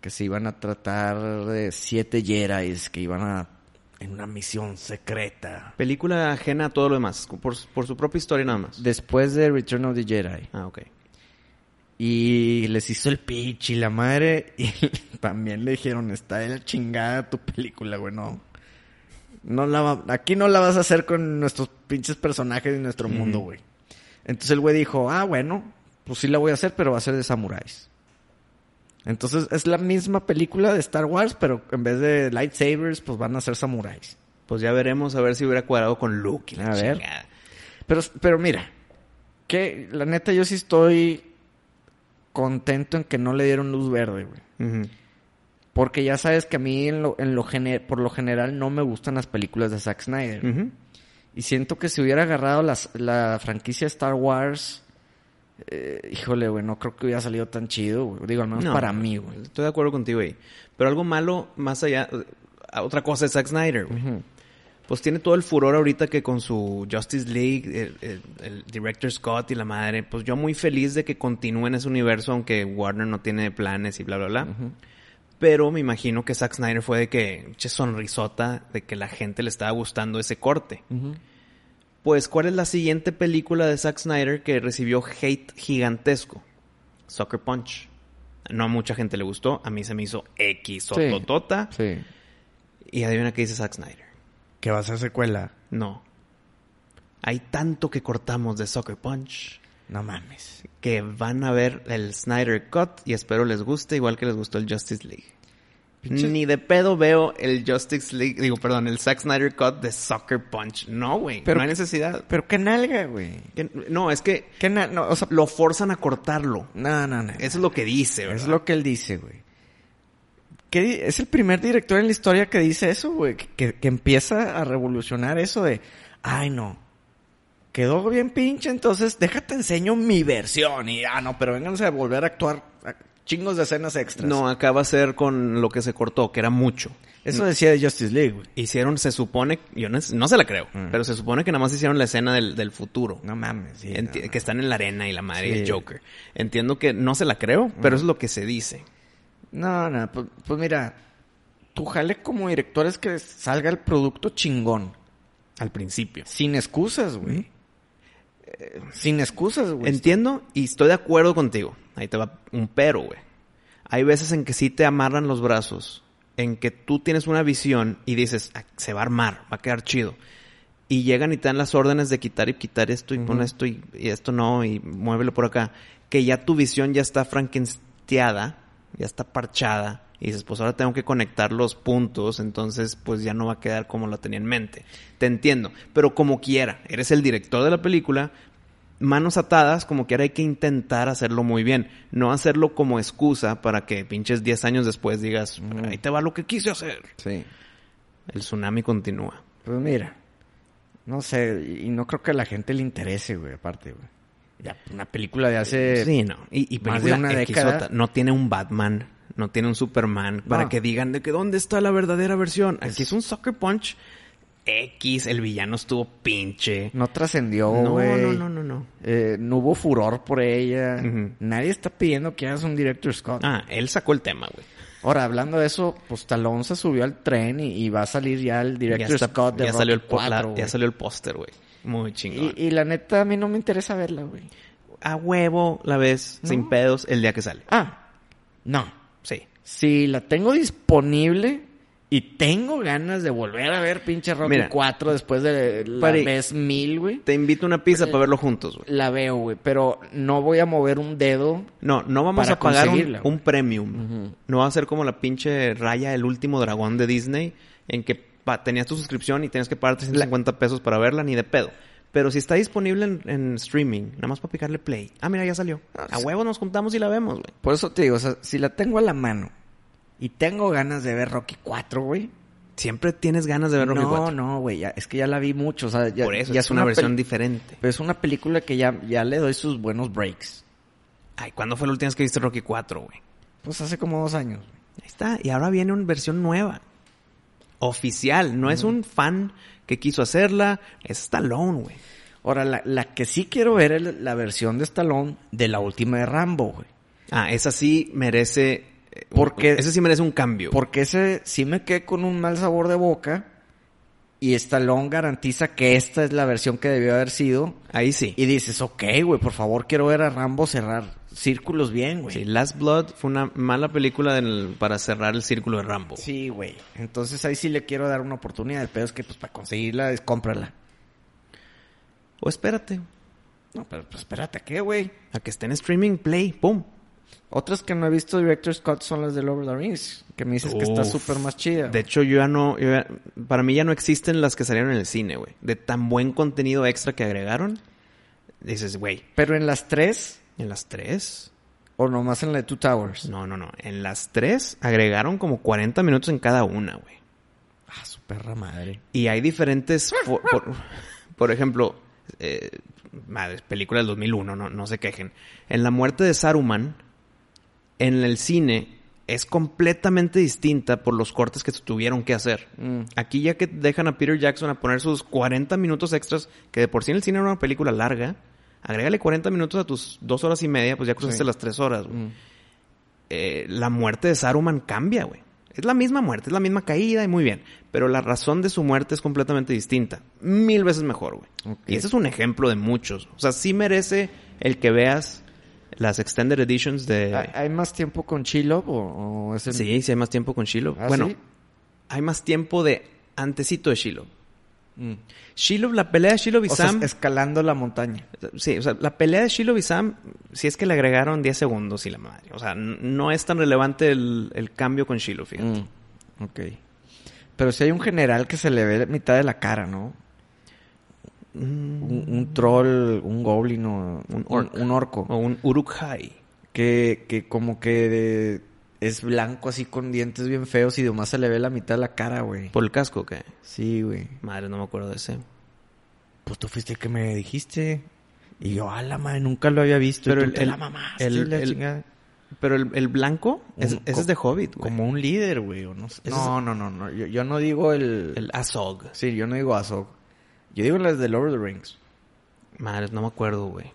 Speaker 2: Que se iban a tratar de siete Jedi que iban a. en una misión secreta.
Speaker 1: Película ajena a todo lo demás, por, por su propia historia nada más.
Speaker 2: Después de Return of the Jedi.
Speaker 1: Ah, ok.
Speaker 2: Y les hizo el pitch y la madre. Y también le dijeron: Está de la chingada tu película, güey, no. No la va- aquí no la vas a hacer con nuestros pinches personajes y nuestro mundo, güey. Entonces el güey dijo, ah, bueno, pues sí la voy a hacer, pero va a ser de samuráis. Entonces es la misma película de Star Wars, pero en vez de lightsabers, pues van a ser samuráis.
Speaker 1: Pues ya veremos a ver si hubiera cuadrado con Luke. y la
Speaker 2: A ver.
Speaker 1: chingada.
Speaker 2: Pero, pero mira, que la neta yo sí estoy contento en que no le dieron luz verde, güey.
Speaker 1: Ujú.
Speaker 2: Porque ya sabes que a mí en lo, en lo gene- por lo general no me gustan las películas de Zack Snyder.
Speaker 1: Ujú.
Speaker 2: Y siento que si hubiera agarrado las- la franquicia Star Wars, eh, híjole, güey, no creo que hubiera salido tan chido, güey. Digo, al menos
Speaker 1: No,
Speaker 2: para mí, güey.
Speaker 1: Estoy de acuerdo contigo ahí. Pero algo malo, más allá, eh, otra cosa es Zack Snyder, güey.
Speaker 2: Ujú.
Speaker 1: Pues tiene todo el furor ahorita que con su Justice League, el, el- el Director Scott y la madre, pues yo muy feliz de que continúe en ese universo, aunque Warner no tiene planes y bla, bla, bla. Pero me imagino que Zack Snyder fue de que, che, sonrisota, de que la gente le estaba gustando ese corte. Pues, ¿cuál es la siguiente película de Zack Snyder que recibió hate gigantesco? Sucker Punch. No a mucha gente le gustó, a mí se me hizo X
Speaker 2: Sí.
Speaker 1: totota.
Speaker 2: Sí.
Speaker 1: Y adivina qué dice Zack Snyder.
Speaker 3: Que va a ser secuela.
Speaker 1: No. Hay tanto que cortamos de Sucker Punch
Speaker 3: No mames.
Speaker 1: que van a ver el Snyder Cut y espero les guste igual que les gustó el Justice League.
Speaker 2: Pinche-
Speaker 1: Ni de pedo veo el Justice League, digo, perdón, el Zack Snyder Cut de Sucker Punch. No, güey,
Speaker 2: Pero-
Speaker 1: no hay necesidad.
Speaker 2: Pero qué nalga, güey.
Speaker 1: Que- No, es que
Speaker 2: Qué na- no, o sea,
Speaker 1: lo forzan a cortarlo.
Speaker 2: no, no, no.
Speaker 1: Eso es lo que dice, ¿verdad?
Speaker 2: Es lo que él dice, güey. ¿Qué di- es el primer director en la historia que dice eso, güey. Que- Que, que empieza a revolucionar eso de, ay, no. Quedó bien pinche, entonces déjate enseño mi versión. Y, ah, no, pero vénganse a volver a actuar a- chingos de escenas extras.
Speaker 1: No, acá va a ser con lo que se cortó, que era mucho.
Speaker 2: Eso decía de Justice League, güey.
Speaker 1: Hicieron, se supone, yo no, no se la creo,
Speaker 2: Mm.
Speaker 1: pero se supone que nada más hicieron la escena del, del futuro.
Speaker 2: No mames. sí,
Speaker 1: Enti-
Speaker 2: no, no.
Speaker 1: Que están en la arena y la madre y el
Speaker 2: Sí.
Speaker 1: Joker. Entiendo que no se la creo, pero eso es lo que se dice.
Speaker 2: No, no, pues, pues mira, tu jale como director es que salga el producto chingón.
Speaker 1: al principio.
Speaker 2: Sin excusas, güey. Eh, Sin excusas, Pues, güey.
Speaker 1: Entiendo y estoy de acuerdo contigo. Ahí te va un pero, güey. Hay veces en que sí te amarran los brazos, en que tú tienes una visión y dices, "Ah, se va a armar, va a quedar chido. Y llegan y te dan las órdenes de quitar y quitar esto y pon esto y, y esto no y muévelo por acá. Que ya tu visión ya está frankensteada, ya está parchada. Y dices, pues ahora tengo que conectar los puntos, entonces pues ya no va a quedar como lo tenía en mente. Te entiendo, pero como quiera, eres el director de la película, manos atadas, como que ahora hay que intentar hacerlo muy bien. No hacerlo como excusa para que pinches 10 años después digas, ahí te va lo que quise hacer.
Speaker 2: Sí.
Speaker 1: El tsunami continúa.
Speaker 2: Pues mira, no sé, y y no creo que a la gente le interese, güey, aparte, güey. Ya, una película de hace...
Speaker 1: Eh, sí, no. Y, y
Speaker 2: Eh, más de
Speaker 1: película
Speaker 2: una
Speaker 1: Xota,
Speaker 2: década.
Speaker 1: No tiene un Batman, no tiene un Superman, para
Speaker 2: No.
Speaker 1: que digan de que dónde está la verdadera versión. Aquí es un Sucker Punch X, el villano estuvo pinche.
Speaker 2: No trascendió,
Speaker 1: no,
Speaker 2: güey.
Speaker 1: no, no, no, no.
Speaker 2: Eh, no hubo furor por ella.
Speaker 1: Ujú.
Speaker 2: Nadie está pidiendo que hagas un director Scott.
Speaker 1: Ah, él sacó el tema, güey.
Speaker 2: Ahora, hablando de eso, pues Talón se subió al tren y, y va a salir ya el
Speaker 1: Ya,
Speaker 2: director
Speaker 1: está-
Speaker 2: Scott de
Speaker 1: ya
Speaker 2: Rocky
Speaker 1: salió el po- la-
Speaker 2: 4,
Speaker 1: ya salió el póster, güey. Muy chingón.
Speaker 2: y, y la neta, a mí no me interesa verla, güey.
Speaker 1: a huevo la ves sin pedos el día que sale.
Speaker 2: Ah, no.
Speaker 1: Sí.
Speaker 2: Si la tengo disponible y tengo ganas de volver a ver pinche Rocky
Speaker 1: Mira.
Speaker 2: 4 después de la
Speaker 1: Pari.
Speaker 2: vez mil, güey,
Speaker 1: Te invito a una pizza para verlo juntos, güey.
Speaker 2: la veo, güey. Pero no voy a mover un dedo.
Speaker 1: No, no vamos
Speaker 2: Para
Speaker 1: a pagar un,
Speaker 2: conseguirla,
Speaker 1: un premium. No va a ser como la pinche raya El último dragón de Disney en que pa- tenías tu suscripción y tenías que pagar 350 pesos para verla, ni de pedo. Pero si está disponible en, en streaming, nada más para picarle play. Ah, mira, ya salió. A huevo nos juntamos y la vemos, güey.
Speaker 2: Por eso te digo, o sea, si la tengo a la mano y tengo ganas de ver Rocky 4, güey.
Speaker 1: Siempre tienes ganas de ver Rocky
Speaker 2: no,
Speaker 1: 4.
Speaker 2: no, güey, ya- es que ya la vi mucho, o sea, ya,
Speaker 1: Por eso
Speaker 2: ya
Speaker 1: es una, versión
Speaker 2: pel-
Speaker 1: diferente.
Speaker 2: Pero es una película que ya, ya le doy sus buenos breaks.
Speaker 1: Ay, ¿cuándo fue la última vez que viste Rocky 4, güey?
Speaker 2: Pues hace como dos años.
Speaker 1: Ahí está. Y ahora viene una versión nueva. Oficial. No es un fan que quiso hacerla. Es Stallone, güey.
Speaker 2: Ahora, la, la que sí quiero ver es la versión de Stallone de la última de Rambo, güey.
Speaker 1: Ah, esa sí merece... eh,
Speaker 2: Porque-
Speaker 1: un- Esa sí merece un cambio.
Speaker 2: Porque ese sí me quedé con un mal sabor de boca. Y Stallone garantiza que esta es la versión que debió haber sido.
Speaker 1: Ahí sí.
Speaker 2: Y dices, ok, güey, por favor, quiero ver a Rambo cerrar círculos bien, güey.
Speaker 1: Sí, Last Blood fue una mala película del- para cerrar el círculo de Rambo.
Speaker 2: Sí, güey. Entonces ahí sí le quiero dar una oportunidad. El pedo es que, pues, para conseguirla es cómprala.
Speaker 1: O espérate.
Speaker 2: No, pero pues, espérate, ¿qué, güey?
Speaker 1: A que esté en streaming, play, pum.
Speaker 2: Otras que no he visto de Director Scott son las de Lord of the Rings. Que me dices que está
Speaker 1: Uf.
Speaker 2: súper más chida.
Speaker 1: De hecho, yo ya no... yo ya- para mí ya no existen las que salieron en el cine, güey. De tan buen contenido extra que agregaron. Dices, güey,
Speaker 2: Pero en las tres,
Speaker 1: en las tres...
Speaker 2: o nomás en la de Two Towers.
Speaker 1: pues, No, no, no. En las tres agregaron como 40 minutos en cada una, güey.
Speaker 2: Ah, su perra madre.
Speaker 1: Y hay diferentes... fo- por, por ejemplo, eh, madre, película del 2001, no, no se quejen. En La muerte de Saruman, en el cine, es completamente distinta por los cortes que se tuvieron que hacer. Aquí ya que dejan a Peter Jackson a poner sus 40 minutos extras, que de por sí en el cine era una película larga, agrégale 40 minutos a tus dos horas y media, pues ya cruzaste las tres horas,
Speaker 2: Mm.
Speaker 1: güey. eh, la muerte de Saruman cambia, güey. Es la misma muerte, es la misma caída y muy bien. Pero la razón de su muerte es completamente distinta. Mil veces mejor, güey.
Speaker 2: Ok.
Speaker 1: Y ese es un ejemplo de muchos. O sea, sí merece el que veas las Extended Editions de...
Speaker 2: ¿Hay- ¿Hay más tiempo con Chilo o, o es el...
Speaker 1: Eh, Sí, sí hay más tiempo con Shiloh.
Speaker 2: ¿Ah,
Speaker 1: bueno,
Speaker 2: sí?
Speaker 1: hay más tiempo de antecito de Shiloh. Shiloh, la pelea de Shiloh y
Speaker 2: Mm. O sea,
Speaker 1: Sam...
Speaker 2: escalando la montaña.
Speaker 1: Sí, o sea, la pelea de Shiloh y Sam, si es que le agregaron 10 segundos y la madre. O sea, n- no es tan relevante el, el cambio con Shiloh, fíjate.
Speaker 2: Mm, Ok. Pero si hay un general que se le ve la mitad de la cara, ¿no? Un, un troll, un goblin o un,
Speaker 1: orc. Oh.
Speaker 2: un orco.
Speaker 1: O un Uruk-hai.
Speaker 2: Que, que como que de- es blanco así con dientes bien feos y nomás se le ve la mitad de la cara, güey.
Speaker 1: ¿Por el casco que
Speaker 2: Sí, güey.
Speaker 1: Madre, no me acuerdo de ese.
Speaker 2: Pues tú fuiste el que me dijiste. Y yo, a la madre, nunca lo había visto.
Speaker 1: Pero
Speaker 2: Pero
Speaker 1: el-
Speaker 2: el,
Speaker 1: el-
Speaker 2: la mamaste,
Speaker 1: el-
Speaker 2: la
Speaker 1: el-
Speaker 2: chingada.
Speaker 1: Pero el, el blanco, es-
Speaker 2: Un-
Speaker 1: ese es de Hobbit, güey.
Speaker 2: Como un líder, güey. o No, sé.
Speaker 1: Ese
Speaker 2: no, no, no, no. Yo, yo no digo el,
Speaker 1: El Azog.
Speaker 2: Sí, yo no digo Azog. Yo digo las de Lord of the Rings. Mm.
Speaker 1: Madre, no me acuerdo, güey.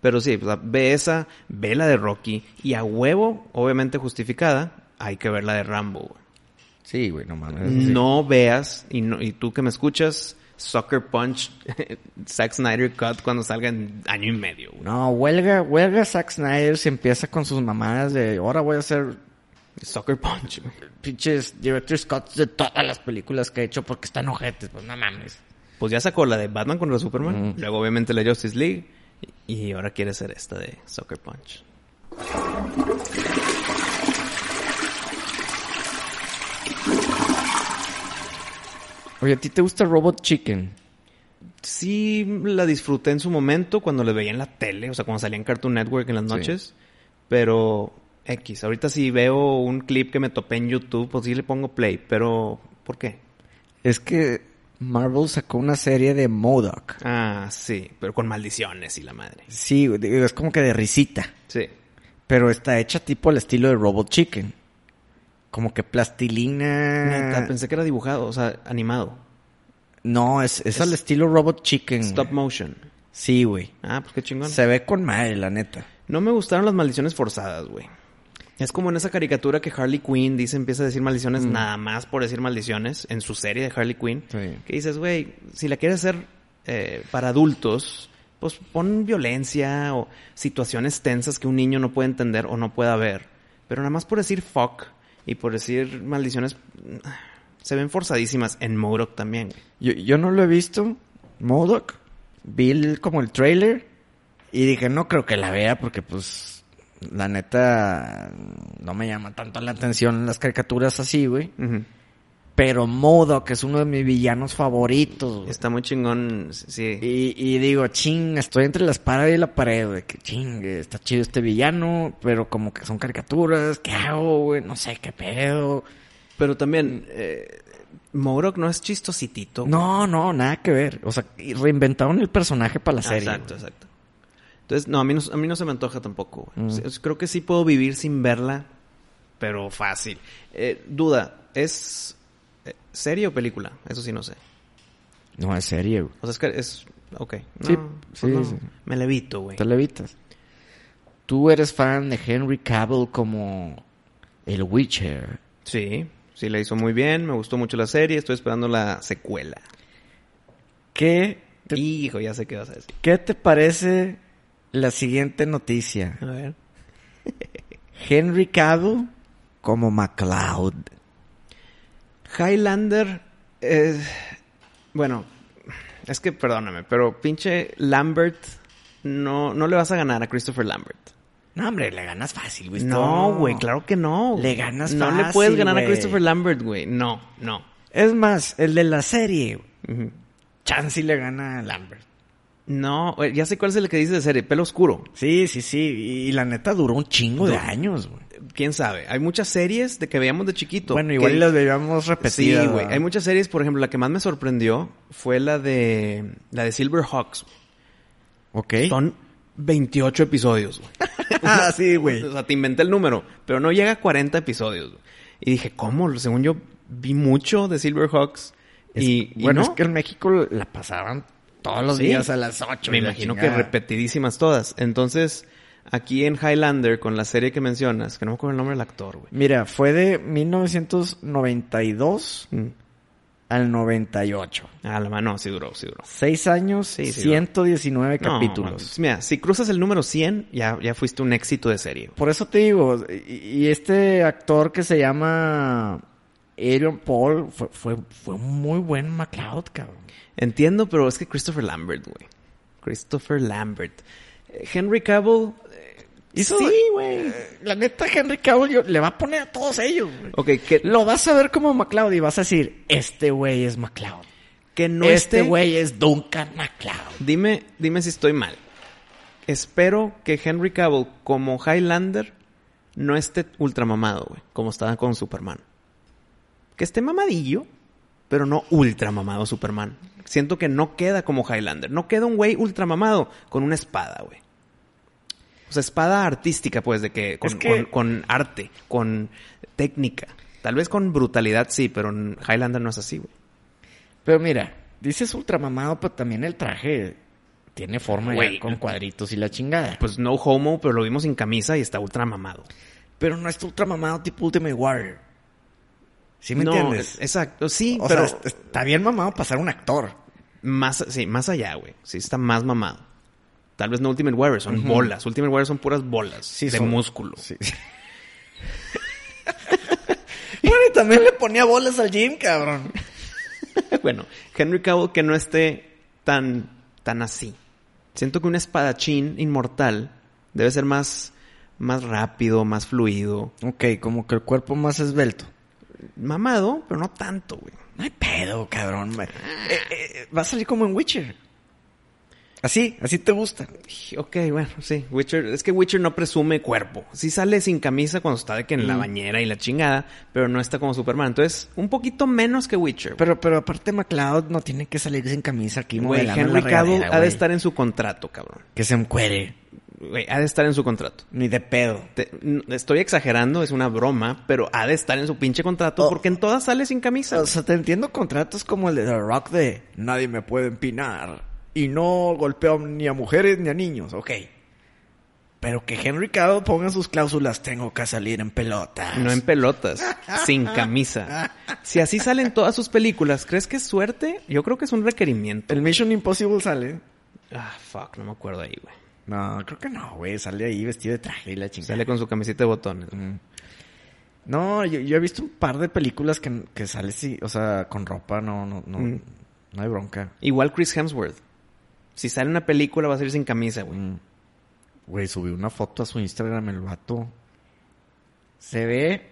Speaker 1: Pero sí, o sea, ve esa, ve la de Rocky. Y a huevo, obviamente justificada, hay que ver la de Rambo, güey.
Speaker 2: Sí, güey, no mames.
Speaker 1: No veas, y, no- y tú que me escuchas, Sucker Punch, Zack Snyder Cut cuando salga en año y medio, güey.
Speaker 2: No, huelga, huelga Zack Snyder se empieza con sus mamadas de ahora voy a hacer
Speaker 1: Sucker Punch, güey.
Speaker 2: pinches director Scott de todas las películas que he hecho porque están ojetes, pues no mames.
Speaker 1: Pues ya sacó la de Batman contra Superman, luego obviamente la Justice League, y y ahora quiere hacer esta de Sucker Punch.
Speaker 2: Oye, ¿a ti te gusta Robot Chicken?
Speaker 1: Sí la disfruté en su momento cuando la veía en la tele, o sea, cuando salía en Cartoon Network en las noches, pero X, ahorita si veo un clip que me topé en YouTube, pues sí le pongo play, pero ¿por qué?
Speaker 2: Es que Marvel sacó una serie de Modoc.
Speaker 1: Ah, sí, pero con maldiciones y la madre.
Speaker 2: Sí, güey, digo, es como que de risita.
Speaker 1: Sí.
Speaker 2: Pero está hecha tipo al estilo de Robot Chicken. Como que plastilina.
Speaker 1: Neta, pensé que era dibujado, o sea, animado.
Speaker 2: No, es, es, al estilo Robot Chicken. güey.
Speaker 1: Stop motion.
Speaker 2: Sí, güey.
Speaker 1: Ah, pues qué chingón.
Speaker 2: Se ve con madre, la neta.
Speaker 1: No me gustaron las maldiciones forzadas, güey. Es como en esa caricatura que Harley Quinn dice, empieza a decir maldiciones nada más por decir maldiciones en su serie de Harley Quinn.
Speaker 2: Mm. Sí.
Speaker 1: Que dices, güey, si la quieres hacer eh, para adultos, pues pon violencia o situaciones tensas que un niño no puede entender o no pueda ver. Pero nada más por decir fuck y por decir maldiciones, mm, se ven forzadísimas en Modoc también. güey.
Speaker 2: Yo, yo no lo he visto, Modoc. Vi el- como el trailer y dije, no creo que la vea porque pues la neta no me llama tanto la atención las caricaturas así, güey.
Speaker 1: Ujú.
Speaker 2: Pero Modoc es uno de mis villanos favoritos, güey.
Speaker 1: Está muy chingón, sí.
Speaker 2: Y, y digo, ching, estoy entre la espada y la pared, güey. Que ching, está chido este villano, pero como que son caricaturas, ¿qué hago, güey? No sé qué pedo.
Speaker 1: Pero también, eh, Modoc no es chistositito.
Speaker 2: No, no, nada que ver. O sea, y reinventaron el personaje para la
Speaker 1: Ah,
Speaker 2: serie.
Speaker 1: Exacto, exacto. Entonces, no, a mí no, a mí no se me antoja tampoco. güey.
Speaker 2: Mm.
Speaker 1: O sea, Creo que sí puedo vivir sin verla, pero fácil. Eh, duda, ¿es eh, serie o película? Eso sí no sé.
Speaker 2: güey. No, es serie, güey.
Speaker 1: O sea, es que es... Ok. No,
Speaker 2: Sí,
Speaker 1: pues
Speaker 2: sí,
Speaker 1: no,
Speaker 2: sí.
Speaker 1: Me la evito, güey.
Speaker 2: Te la evitas. Tú eres fan de Henry Cavill como el Witcher.
Speaker 1: Sí, sí, la hizo muy bien. Me gustó mucho la serie. Estoy esperando la secuela.
Speaker 2: ¿Qué te,
Speaker 1: Hijo, ya sé qué vas a decir.
Speaker 2: ¿Qué te parece la siguiente noticia?
Speaker 1: A ver.
Speaker 2: Henry Cavill como MacLeod.
Speaker 1: Highlander, eh, bueno, es que perdóname, pero pinche Lambert, no, no le vas a ganar a Christopher Lambert.
Speaker 2: No, hombre, le ganas fácil, güey.
Speaker 1: No, güey, claro que no.
Speaker 2: Le ganas
Speaker 1: No le
Speaker 2: fácil,
Speaker 1: puedes ganar a
Speaker 2: güey.
Speaker 1: Christopher Lambert, güey. No, no.
Speaker 2: Es más, el de la serie, güey.
Speaker 1: Ujú.
Speaker 2: Chansey le gana a Lambert.
Speaker 1: No, güey, ya sé cuál es el que dice de serie, pelo oscuro.
Speaker 2: Sí, sí, sí. Y, y la neta duró un chingo de años, güey.
Speaker 1: Quién sabe. Hay muchas series de que veíamos de chiquito.
Speaker 2: Bueno, igual
Speaker 1: que-
Speaker 2: y las veíamos
Speaker 1: Sí,
Speaker 2: repetidas.
Speaker 1: güey.
Speaker 2: ¿verdad?
Speaker 1: Hay muchas series, por ejemplo, la que más me sorprendió fue la de la de Silverhawks.
Speaker 2: Ok.
Speaker 1: Son 28 episodios, güey.
Speaker 2: ah, sí, güey.
Speaker 1: O sea, te inventé el número, pero no llega a 40 episodios. güey. Y dije, ¿cómo? Según yo, vi mucho de Silverhawks. Y, y
Speaker 2: bueno,
Speaker 1: no.
Speaker 2: es que en México la pasaban todos los
Speaker 1: Sí.
Speaker 2: días a las 8.
Speaker 1: me imagino que repetidísimas todas. Entonces, aquí en Highlander, con la serie que mencionas, que no me acuerdo el nombre del actor, güey.
Speaker 2: Mira, fue de 1992
Speaker 1: Mm.
Speaker 2: al 98.
Speaker 1: Ah, la mano, sí duró, sí duró.
Speaker 2: Seis años,
Speaker 1: Sí, sí,
Speaker 2: 119
Speaker 1: No,
Speaker 2: capítulos.
Speaker 1: mames. mira, si cruzas el número 100, ya, ya fuiste un éxito de serie. güey.
Speaker 2: Por eso te digo, y, y este actor que se llama Adrian Paul fue, fue, fue un muy buen McLeod, cabrón.
Speaker 1: Entiendo, pero es que Christopher Lambert, güey. Christopher Lambert. Eh, Henry Cavill... eh,
Speaker 2: sí, güey. eh, La neta, Henry Cavill yo- le va a poner a todos ellos, güey.
Speaker 1: Ok, que,
Speaker 2: Lo vas a ver como McLeod y vas a decir, este güey es McLeod.
Speaker 1: que no
Speaker 2: este
Speaker 1: esté-
Speaker 2: güey es Duncan McLeod.
Speaker 1: Dime, dime si estoy mal. Espero que Henry Cavill, como Highlander, no esté ultramamado, güey, como estaba con Superman. Que esté mamadillo, pero no ultramamado Superman. Siento que no queda como Highlander. No queda un güey ultramamado con una espada, güey. O sea, espada artística, pues, de que con,
Speaker 2: Es que-
Speaker 1: con- con arte, con técnica. Tal vez con brutalidad sí, pero en Highlander no es así, güey.
Speaker 2: Pero mira, dices ultramamado, pero también el traje tiene forma ya
Speaker 1: Güey.
Speaker 2: con cuadritos y la chingada.
Speaker 1: Pues no homo, pero lo vimos sin camisa y está ultramamado.
Speaker 2: Pero no está ultramamado tipo Ultimate Warrior. ¿Sí me
Speaker 1: No,
Speaker 2: entiendes?
Speaker 1: es- Exacto, sí,
Speaker 2: o
Speaker 1: pero
Speaker 2: sea, est- está bien mamado pasar un actor.
Speaker 1: este, más, sí, más allá, güey. Sí, está más mamado. Tal vez no Ultimate Warrior, son bolas. Ultimate Warrior son puras bolas de
Speaker 2: son-
Speaker 1: músculo.
Speaker 2: Sí. bueno, y también le ponía bolas al gym, cabrón.
Speaker 1: bueno, Henry Cavill que no esté tan, tan así. Siento que un espadachín inmortal debe ser más, más rápido, más fluido.
Speaker 2: Ok, como que el cuerpo más esbelto.
Speaker 1: Mamado, pero no tanto, güey.
Speaker 2: No hay pedo, cabrón. me- eh, eh, va a salir como en Witcher. Así, así te gusta.
Speaker 1: Ok, bueno, sí. Witcher, es que Witcher no presume cuerpo. Sí sale sin camisa cuando está de que en
Speaker 2: Mm.
Speaker 1: la bañera y la chingada, pero no está como Superman. Entonces, un poquito menos que Witcher. güey.
Speaker 2: Pero, pero aparte McLeod no tiene que salir sin camisa aquí
Speaker 1: Güey,
Speaker 2: modelando en la
Speaker 1: Henry Cavill ha
Speaker 2: regadera,
Speaker 1: de
Speaker 2: güey.
Speaker 1: estar en su contrato, cabrón.
Speaker 2: Que se encuere.
Speaker 1: Güey, ha de estar en su contrato.
Speaker 2: Ni de pedo.
Speaker 1: Te- n- estoy exagerando, es una broma, pero ha de estar en su pinche contrato
Speaker 2: Oh.
Speaker 1: porque en todas sale sin camisa.
Speaker 2: O sea, te entiendo contratos como el de The Rock de nadie me puede empinar y no golpeo ni a mujeres ni a niños, ok. Pero que Henry Cavill ponga sus cláusulas, tengo que salir en pelotas.
Speaker 1: No en pelotas, sin camisa. Si así salen todas sus películas, ¿crees que es suerte? Yo creo que es un requerimiento.
Speaker 2: el Mission Impossible sale.
Speaker 1: Ah, fuck, no me acuerdo ahí, güey.
Speaker 2: No, creo que no, güey. Sale ahí vestido de traje y la chingada. Mm.
Speaker 1: Sale con su camiseta de botones.
Speaker 2: No, yo, yo he visto un par de películas que, que sale sí, o sea, con ropa, no, no, no,
Speaker 1: Mm.
Speaker 2: no hay bronca.
Speaker 1: Igual Chris Hemsworth. Si sale una película va a salir sin camisa, güey.
Speaker 2: Mm. Güey, subí una foto a su Instagram el vato. Se ve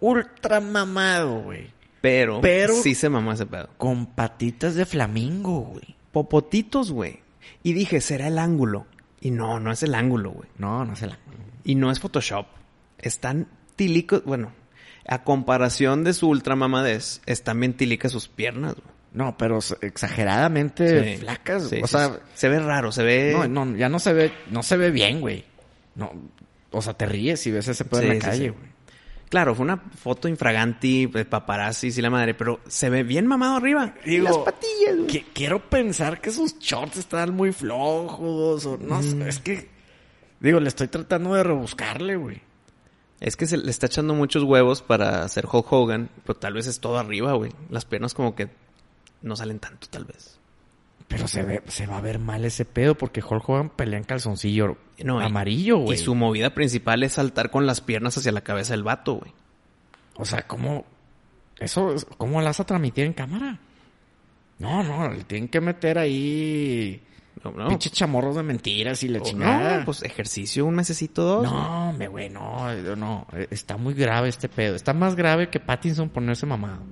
Speaker 2: ultra mamado, güey.
Speaker 1: Pero,
Speaker 2: Pero-
Speaker 1: sí se mamó ese pedo.
Speaker 2: Con patitas de flamingo, güey.
Speaker 1: Popotitos, güey. Y dije, será el ángulo. Y no, no es el ángulo, güey.
Speaker 2: No, no se la.
Speaker 1: Y no es Photoshop. Están tilicos. Bueno, a comparación de su ultramamadez, están bien tilicas sus piernas, güey.
Speaker 2: No, pero s- exageradamente
Speaker 1: Sí.
Speaker 2: Eh, flacas.
Speaker 1: Sí,
Speaker 2: o
Speaker 1: sí,
Speaker 2: sea,
Speaker 1: sí. se ve raro, se ve.
Speaker 2: no, no, ya no se ve, no se ve bien, güey. No, o sea, te ríes si ves ese pedo
Speaker 1: Sí,
Speaker 2: en la
Speaker 1: sí,
Speaker 2: calle,
Speaker 1: sí.
Speaker 2: güey.
Speaker 1: Claro, fue una foto infraganti, pues, paparazzi, sí la madre, pero se ve bien mamado arriba.
Speaker 2: Digo,
Speaker 1: las patillas, güey.
Speaker 2: que- quiero pensar que sus shorts están muy flojos o no sé, es que digo, le estoy tratando de rebuscarle, güey.
Speaker 1: Es que se le está echando muchos huevos para hacer Hulk Hogan, pero tal vez es todo arriba, güey. Las piernas como que no salen tanto, tal vez.
Speaker 2: Pero se ve, se va a ver mal ese pedo porque Hulk Hogan pelea en calzoncillo
Speaker 1: No, y-
Speaker 2: amarillo,
Speaker 1: Y
Speaker 2: güey.
Speaker 1: su movida principal es saltar con las piernas hacia la cabeza del vato, güey.
Speaker 2: O sea, ¿cómo? Eso, es- ¿cómo la vas a transmitir en cámara? No, no, le tienen que meter ahí
Speaker 1: No, no.
Speaker 2: pinches chamorros de mentiras y la
Speaker 1: Oh,
Speaker 2: chingada.
Speaker 1: No, pues ejercicio un mesecito dos.
Speaker 2: No, me güey, no, eh, no. eh, Está muy grave este pedo. Está más grave que Pattinson ponerse mamado.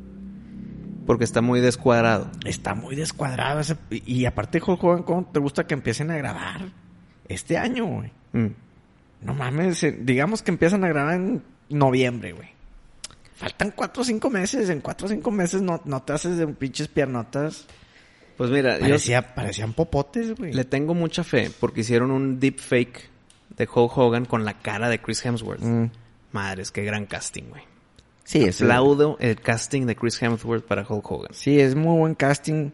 Speaker 1: Porque está muy descuadrado.
Speaker 2: Está muy descuadrado ese. Y, y aparte, Hulk Hogan, ¿cómo te gusta que empiecen a grabar? Este año, güey.
Speaker 1: Mm.
Speaker 2: No mames, eh, digamos que empiezan a grabar en noviembre, güey. Faltan cuatro o cinco meses. En cuatro o cinco meses no, no te haces de un pinches piernotas.
Speaker 1: Pues mira, yo
Speaker 2: Parecía, parecían popotes, güey.
Speaker 1: le tengo mucha fe porque hicieron un deep fake de Hulk Hogan con la cara de Chris Hemsworth.
Speaker 2: Mm.
Speaker 1: Madres, qué gran casting, güey.
Speaker 2: Sí, es
Speaker 1: Aplaudo el casting de Chris Hemsworth para Hulk Hogan.
Speaker 2: Sí, es muy buen casting.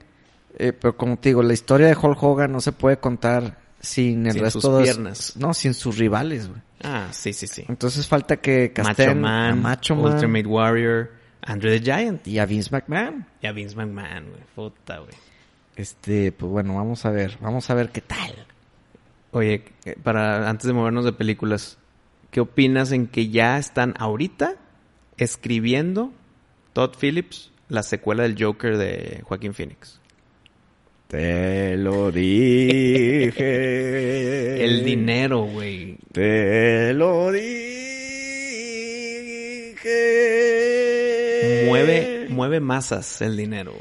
Speaker 2: eh, pero como te digo, la historia de Hulk Hogan no se puede contar sin el
Speaker 1: Sin
Speaker 2: resto
Speaker 1: sus
Speaker 2: de
Speaker 1: piernas.
Speaker 2: No, sin sus rivales, güey.
Speaker 1: Ah, sí, sí, sí.
Speaker 2: Entonces falta que
Speaker 1: Macho
Speaker 2: casten a
Speaker 1: Man,
Speaker 2: Macho Man
Speaker 1: Ultimate Warrior, Andre the Giant
Speaker 2: y a Vince McMahon.
Speaker 1: y a Vince McMahon, güey. Puta, güey.
Speaker 2: Este, pues bueno, vamos a ver, vamos a ver qué tal.
Speaker 1: Oye, eh, para antes de movernos de películas, ¿qué opinas en que ya están ahorita escribiendo Todd Phillips la secuela del Joker de Joaquín Phoenix?
Speaker 2: Te lo dije.
Speaker 1: El dinero, güey.
Speaker 2: Te lo dije. Eh.
Speaker 1: Mueve, mueve masas el dinero.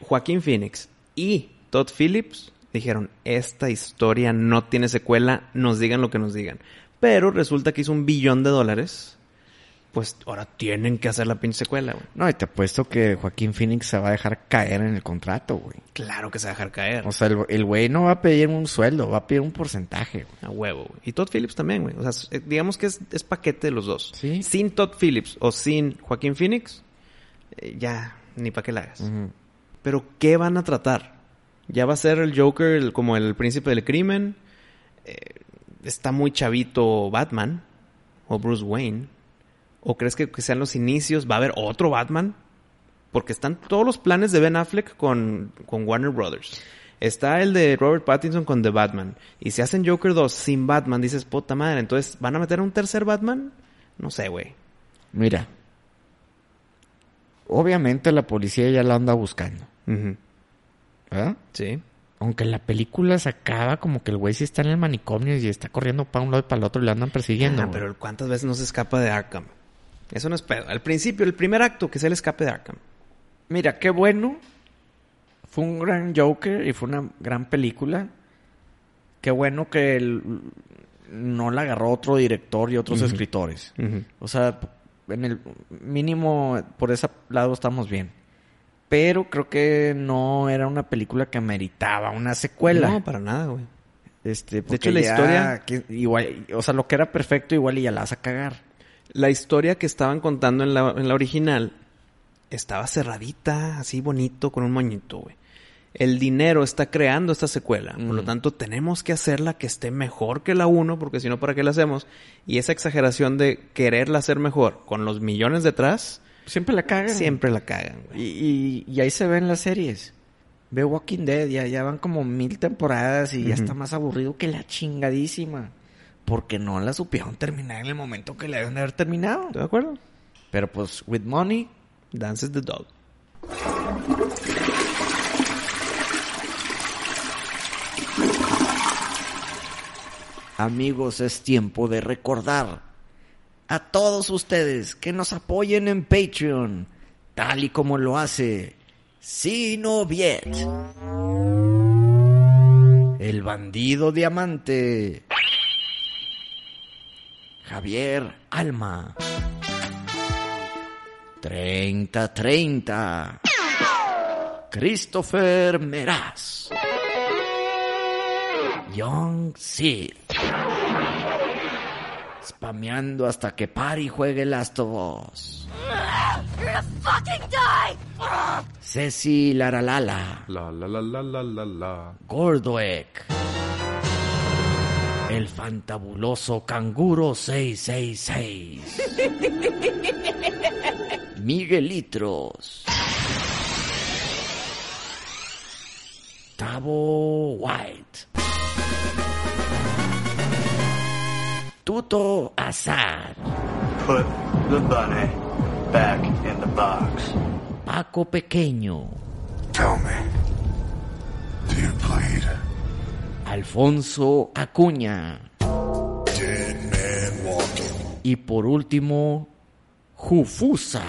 Speaker 1: Joaquín Phoenix y Todd Phillips dijeron, esta historia no tiene secuela, nos digan lo que nos digan. Pero resulta que hizo un billón de dólares. Pues ahora tienen que hacer la pinche secuela, güey.
Speaker 2: No, y te apuesto que Joaquín Phoenix se va a dejar caer en el contrato, güey.
Speaker 1: Claro que se va a dejar caer.
Speaker 2: O sea, el- el güey no va a pedir un sueldo, va a pedir un porcentaje. güey.
Speaker 1: A huevo, güey. Y Todd Phillips también, güey. O sea, s- eh, digamos que es, es paquete de los dos.
Speaker 2: Sí.
Speaker 1: Sin Todd Phillips o sin Joaquín Phoenix, eh, ya, ni para qué la hagas. Pero, ¿qué van a tratar? Ya va a ser el Joker el- como el príncipe del crimen. Eh, está muy chavito Batman o Bruce Wayne. ¿O crees que, que sean los inicios? ¿Va a haber otro Batman? Porque están todos los planes de Ben Affleck con, con Warner Brothers. Está el de Robert Pattinson con The Batman. Y si hacen Joker 2 sin Batman, dices, puta madre, entonces, ¿van a meter a un tercer Batman? No sé, güey.
Speaker 3: Mira. Obviamente la policía ya la anda buscando.
Speaker 1: Ujú.
Speaker 3: ¿Verdad?
Speaker 1: Sí.
Speaker 3: Aunque en la película se acaba como que el güey sí está en el manicomio y está corriendo para un lado y para el otro y lo andan persiguiendo.
Speaker 1: Ah,
Speaker 3: güey.
Speaker 1: pero ¿cuántas veces no se escapa de Arkham? Eso no es pedo. Al principio, el primer acto que es el escape de Arkham.
Speaker 3: Mira, qué bueno. Fue un gran Joker y fue una gran película. Qué bueno que el- no la agarró otro director y otros escritores. O sea, en el mínimo por ese lado estamos bien. Pero creo que no era una película que meritaba una secuela.
Speaker 1: No, para nada, güey.
Speaker 3: Este,
Speaker 1: De
Speaker 3: porque
Speaker 1: hecho, la
Speaker 3: ya
Speaker 1: historia-
Speaker 3: que- igual, o sea, lo que era perfecto, igual y ya la vas a cagar.
Speaker 1: La historia que estaban contando en la, en la original estaba cerradita, así bonito, con un moñito, güey. El dinero está creando esta secuela. Por lo tanto, tenemos que hacerla que esté mejor que la 1, porque si no, ¿para qué la hacemos? Y esa exageración de quererla hacer mejor con los millones detrás,
Speaker 3: Siempre la cagan.
Speaker 1: siempre la cagan, güey.
Speaker 3: Y, y- y ahí se ven las series. Ve Walking Dead, ya, ya van como mil temporadas y ya está más aburrido que la chingadísima. Porque no la supieron terminar en el momento que la deben de haber terminado.
Speaker 1: ¿Estoy de acuerdo?
Speaker 3: Pero pues, with money,
Speaker 1: Dances the Dog.
Speaker 2: Amigos, es tiempo de recordar a todos ustedes que nos apoyen en Patreon, tal y como lo hace Sinoviet, el bandido diamante, Javier Alma, 3030, Christopher Meraz, Young Sid. Spameando hasta que Pari juegue Last of Us. Ceci Laralala.
Speaker 7: La la la la la la la.
Speaker 2: Gordoek. El fantabuloso canguro 666. Miguelitros. Tabo White. Tuto Azad.
Speaker 8: Put the bunny back in the box.
Speaker 2: Paco Pequeño.
Speaker 9: Tell me, do you bleed?
Speaker 2: Alfonso Acuña.
Speaker 9: Dead man walking.
Speaker 2: Y por último, Jufusa.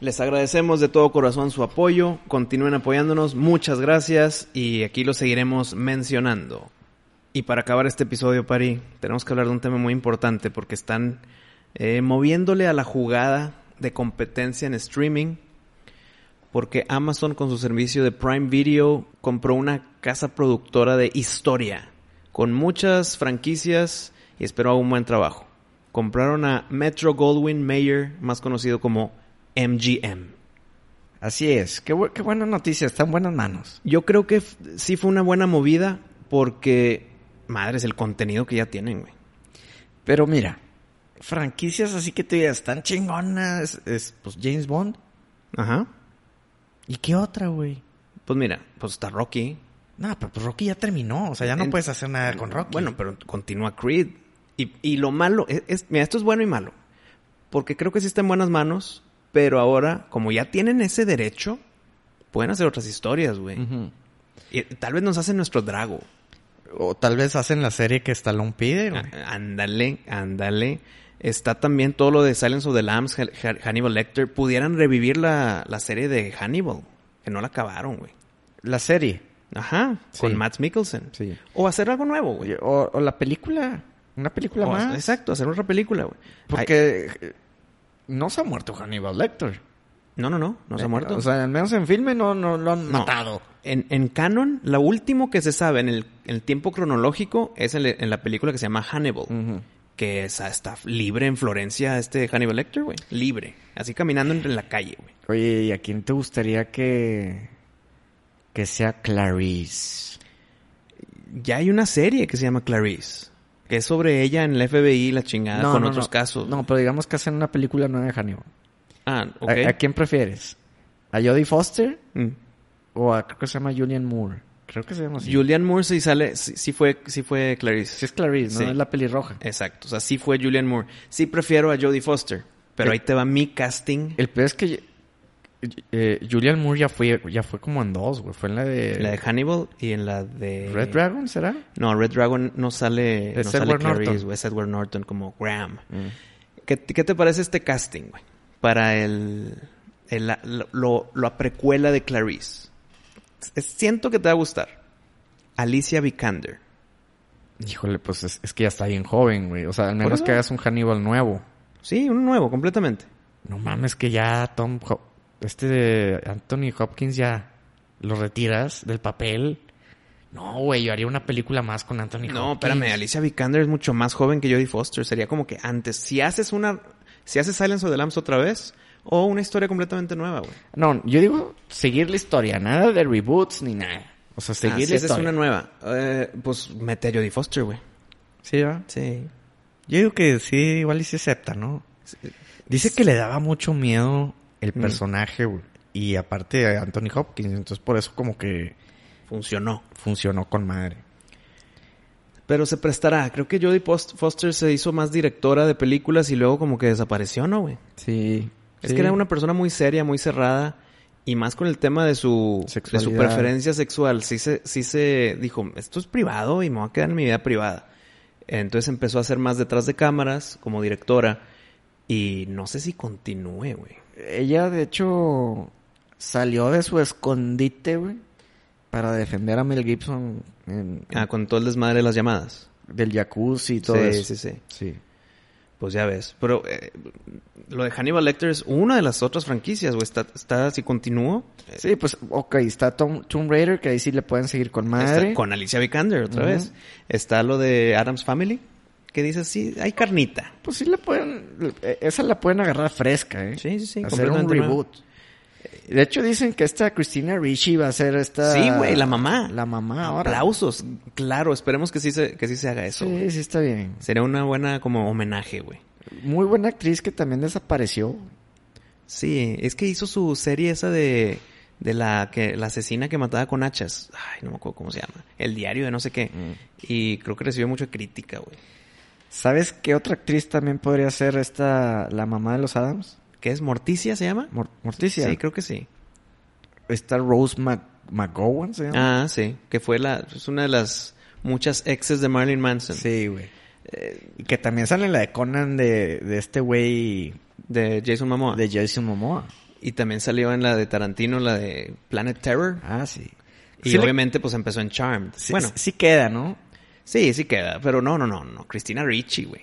Speaker 1: Les agradecemos de todo corazón su apoyo. Continúen apoyándonos. Muchas gracias. Y aquí lo seguiremos mencionando. Y para acabar este episodio, Pari, tenemos que hablar de un tema muy importante porque están eh, moviéndole a la jugada de competencia en streaming. Porque Amazon con su servicio de Prime Video compró una casa productora de historia con muchas franquicias y espero haga un buen trabajo. Compraron a Metro Goldwyn Mayer, más conocido como MGM.
Speaker 3: Así es. Qué, bu- qué buena noticia. Está en buenas manos.
Speaker 1: Yo creo que f- sí fue una buena movida porque, madres, el contenido que ya tienen, güey.
Speaker 3: Pero mira, franquicias así que te digas, están chingonas. Es, pues James Bond.
Speaker 1: Ajá.
Speaker 3: ¿Y qué otra, güey?
Speaker 1: Pues mira, pues está Rocky.
Speaker 3: No, pero pues Rocky ya terminó. O sea, ya no
Speaker 1: En-
Speaker 3: puedes hacer nada Ah, con Rocky.
Speaker 1: Bueno, pero continúa Creed. Y, y lo malo, es, es- mira, esto es bueno y malo. Porque creo que sí está en buenas manos, pero ahora, como ya tienen ese derecho, pueden hacer otras historias, güey. Y, tal vez nos hacen nuestro drago.
Speaker 3: O tal vez hacen la serie que Stallone pide, güey.
Speaker 1: Á- Ah, Ándale, ándale. Está también todo lo de Silence of the Lambs, Han- Han- Hannibal Lecter. Pudieran revivir la, la serie de Hannibal, que no la acabaron, güey.
Speaker 3: La serie.
Speaker 1: Ajá, con
Speaker 3: Sí.
Speaker 1: Matt Mikkelsen.
Speaker 3: Sí.
Speaker 1: O hacer algo nuevo, güey.
Speaker 3: O, o la película. Una película
Speaker 1: O-
Speaker 3: más.
Speaker 1: Exacto, hacer otra película, güey. Ay,
Speaker 3: Porque eh, no se ha muerto Hannibal Lecter.
Speaker 1: no, no, no, no se ha
Speaker 3: Eh,
Speaker 1: muerto.
Speaker 3: O sea, al menos en filme no, no lo han
Speaker 1: No.
Speaker 3: matado.
Speaker 1: En, en canon, lo último que se sabe en el, en el tiempo cronológico es en, le- en la película que se llama Hannibal.
Speaker 3: Mm.
Speaker 1: Que esa está libre en Florencia, este Hannibal Lecter, güey. Libre. Así
Speaker 3: Eh.
Speaker 1: caminando en la calle, güey.
Speaker 3: Oye, ¿y a quién te gustaría que. que sea Clarice?
Speaker 1: Ya hay una serie que se llama Clarice. Que es sobre ella en la FBI, la chingada, Ah, con otros casos.
Speaker 2: No, pero digamos que hacen una película nueva de Hannibal.
Speaker 1: Ah, ok.
Speaker 2: ¿A, a quién prefieres? ¿A Jodie Foster?
Speaker 1: Mm.
Speaker 2: ¿O a, creo que se llama Julian Moore? Creo que se llama así.
Speaker 1: Julian Moore sí sale, sí, sí fue, sí fue Clarice.
Speaker 2: Oh, Sí es Clarice, ¿no?
Speaker 1: Sí.
Speaker 2: Es la pelirroja.
Speaker 1: Exacto, o sea, sí fue Julian Moore. Sí prefiero a Jodie Foster, pero
Speaker 2: Eh.
Speaker 1: ahí te va mi casting.
Speaker 2: El peor es que eh, Julian Moore ya fue, ya fue como en dos, güey. Fue en la de,
Speaker 1: la de Hannibal y en la de...
Speaker 2: Red Dragon, ¿será?
Speaker 1: No, Red Dragon no sale, no
Speaker 2: Es
Speaker 1: sale
Speaker 2: Edward
Speaker 1: Clarice,
Speaker 2: Norton.
Speaker 1: güey, es Edward Norton como Graham.
Speaker 2: Mm.
Speaker 1: ¿Qué, qué te parece este casting, güey? Para el, el- la, lo- la precuela de Clarice. Es- Siento que te va a gustar. Alicia Vikander.
Speaker 2: Híjole, pues es, es que ya está bien joven, güey. O sea, al menos
Speaker 1: eso.
Speaker 2: que hagas un Hannibal nuevo.
Speaker 1: Sí, uno nuevo, completamente.
Speaker 2: No mames, que ya Tom... Hop- este de Anthony Hopkins ya lo retiras del papel. No, güey, yo haría una película más con Anthony Hopkins.
Speaker 1: No, espérame, Alicia Vikander es mucho más joven que Jodie Foster. Sería como que antes. Si haces una. Si haces Silence of the Lambs otra vez, o una historia completamente nueva, güey.
Speaker 2: No, yo digo seguir la historia. Nada de reboots ni nada. O sea,
Speaker 1: Ah,
Speaker 2: seguir
Speaker 1: si
Speaker 2: la
Speaker 1: haces
Speaker 2: historia.
Speaker 1: una nueva, eh, pues mete a Jodie Foster, güey.
Speaker 3: Sí, ¿verdad?
Speaker 1: Sí.
Speaker 3: Yo digo que sí, igual y se acepta, ¿no? Dice que le daba mucho miedo el
Speaker 1: Mm.
Speaker 3: personaje, güey. Y aparte a Anthony Hopkins, entonces por eso como que
Speaker 1: Funcionó.
Speaker 3: funcionó con madre.
Speaker 1: Pero se prestará. Creo que Jodie Post- Foster se hizo más directora de películas y luego como que desapareció, ¿no, güey?
Speaker 2: Sí.
Speaker 1: Es que era una persona muy seria, muy cerrada. Y más con el tema de su, de su
Speaker 2: Sexualidad.
Speaker 1: preferencia sexual. Sí se, sí se dijo, esto es privado y me voy a quedar en mi vida privada. Entonces empezó a hacer más detrás de cámaras como directora. Y no sé si continúe, güey.
Speaker 2: Ella, de hecho, salió de su escondite, güey, para defender a Mel Gibson en-
Speaker 1: Ah, con todo el desmadre de las llamadas.
Speaker 2: del jacuzzi y todo
Speaker 1: sí,
Speaker 2: eso.
Speaker 1: sí, sí.
Speaker 2: Sí.
Speaker 1: Pues ya ves. Pero eh, lo de Hannibal Lecter es una de las otras franquicias, güey. Está, está, si continúo, eh,
Speaker 2: Sí, pues, ok, está Tom- Tomb Raider, que ahí sí le pueden seguir con madre.
Speaker 1: Está con Alicia Vikander otra
Speaker 2: Ujú.
Speaker 1: vez. Está lo de Adams Family, que dice, sí, hay carnita.
Speaker 2: Pues sí le pueden, eh, esa la pueden agarrar fresca, ¿eh?
Speaker 1: Sí, sí, sí,
Speaker 2: Hacer un
Speaker 1: completamente
Speaker 2: reboot. Eh, De hecho, dicen que esta Christina Ricci va a ser esta...
Speaker 1: Sí, güey, la mamá.
Speaker 2: La mamá ahora.
Speaker 1: Aplausos, claro, esperemos que sí se, que sí se haga eso. güey.
Speaker 2: Sí, sí está bien.
Speaker 1: Sería una buena como homenaje, güey.
Speaker 2: Muy buena actriz que también desapareció.
Speaker 1: Sí, es que hizo su serie esa de, de la que la asesina que mataba con hachas. Ay, no me acuerdo cómo se llama. El diario de no sé qué.
Speaker 2: Mm.
Speaker 1: Y creo que recibió mucha crítica, güey.
Speaker 2: ¿Sabes qué otra actriz también podría ser esta, la mamá de los Adams?
Speaker 1: ¿Qué es? ¿Morticia se llama?
Speaker 2: Mor- Morticia.
Speaker 1: Sí, creo que sí.
Speaker 2: Está Rose Mac- McGowan, ¿se llama?
Speaker 1: Ah, sí. Que fue la, es una de las muchas exes de Marilyn Manson.
Speaker 3: Sí, güey. Eh, y que también sale la de Conan de, de este güey
Speaker 1: De Jason Momoa.
Speaker 3: de Jason Momoa.
Speaker 1: Y también salió en la de Tarantino, la de Planet Terror.
Speaker 3: Ah, sí.
Speaker 1: Y
Speaker 3: Sí le-
Speaker 1: obviamente pues empezó en Charmed.
Speaker 3: Sí,
Speaker 1: bueno,
Speaker 3: sí queda, ¿no?
Speaker 1: sí, sí queda. Pero no, no, no, no. Cristina Ricci, güey.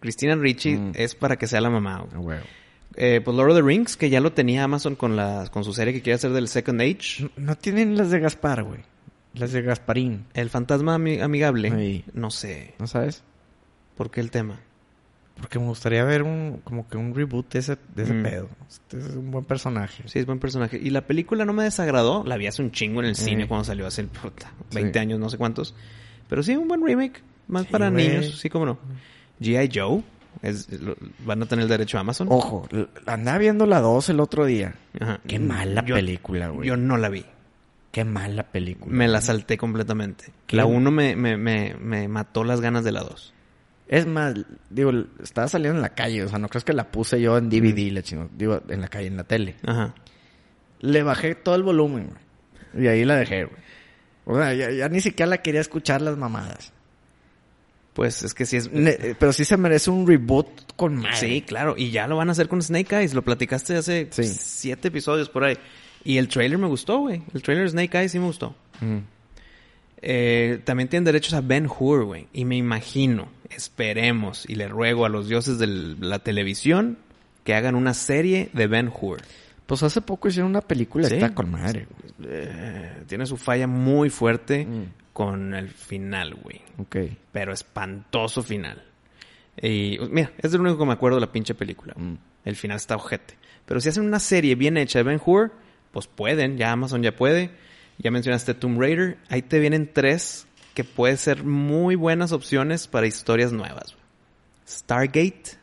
Speaker 1: Cristina Ricci
Speaker 3: Mm.
Speaker 1: es para que sea la mamá. Ah, güey. Eh, pues Lord of the Rings, que ya lo tenía Amazon con la, con su serie que quiere hacer del Second Age.
Speaker 3: No- No tienen las de Gaspar, güey. Las de Gasparín.
Speaker 1: El fantasma ami- amigable.
Speaker 3: Ahí.
Speaker 1: No sé.
Speaker 3: ¿No sabes?
Speaker 1: ¿Por qué el tema?
Speaker 3: Porque me gustaría ver un, como que un reboot de ese, de ese
Speaker 1: Mm.
Speaker 3: pedo. Este es un buen personaje.
Speaker 1: Pues Sí, es buen personaje. Y la película no me desagradó. La vi hace un chingo en el cine
Speaker 3: Sí.
Speaker 1: cuando salió hace el, puta,
Speaker 3: Sí.
Speaker 1: 20 años, no sé cuántos. Pero sí, un buen remake. Más para
Speaker 3: güey.
Speaker 1: niños, sí, como no. G.I. Joe. es- lo- van a tener el derecho a Amazon.
Speaker 2: Ojo, l- andaba viendo la 2 el otro día.
Speaker 1: Ajá.
Speaker 3: Oh, Qué mala
Speaker 1: Mm, Yo-
Speaker 3: película, güey.
Speaker 1: Yo no la vi.
Speaker 3: Qué mala película.
Speaker 1: Me la salté completamente.
Speaker 3: ¿Qué?
Speaker 1: La 1 me, me, me, me mató las ganas de la 2.
Speaker 2: Es más, digo, l- estaba saliendo en la calle. O sea, no crees que la puse yo en DVD, la chingo. Digo, en la calle, en la tele.
Speaker 1: Ajá.
Speaker 2: Le bajé todo el volumen, güey. Y ahí la dejé, güey. O sea, ya, ya ni siquiera la quería escuchar las mamadas.
Speaker 1: Pues es que sí es...
Speaker 2: Ne- eh, pero sí se merece un reboot con madre.
Speaker 1: Sí, claro. Y ya lo van a hacer con Snake Eyes. Lo platicaste hace
Speaker 2: Sí.
Speaker 1: siete episodios por ahí. Y el trailer me gustó, güey. El trailer de Snake Eyes sí me gustó. Eh, también tienen derechos a Ben Hur, güey. Y me imagino, esperemos y le ruego a los dioses de la televisión que hagan una serie de Ben Hur.
Speaker 2: Pues hace poco hicieron una película
Speaker 1: Sí.
Speaker 2: está con madre, güey.
Speaker 1: Eh, tiene su falla muy fuerte
Speaker 2: Mm.
Speaker 1: con el final, güey.
Speaker 2: Ok.
Speaker 1: Pero espantoso final. Y pues, mira, es lo único que me acuerdo de la pinche película. güey. El final está ojete. Pero si hacen una serie bien hecha de Ben Hur, pues pueden. Ya Amazon ya puede. Ya mencionaste Tomb Raider. Ahí te vienen tres que puede ser muy buenas opciones para historias nuevas. güey. Stargate.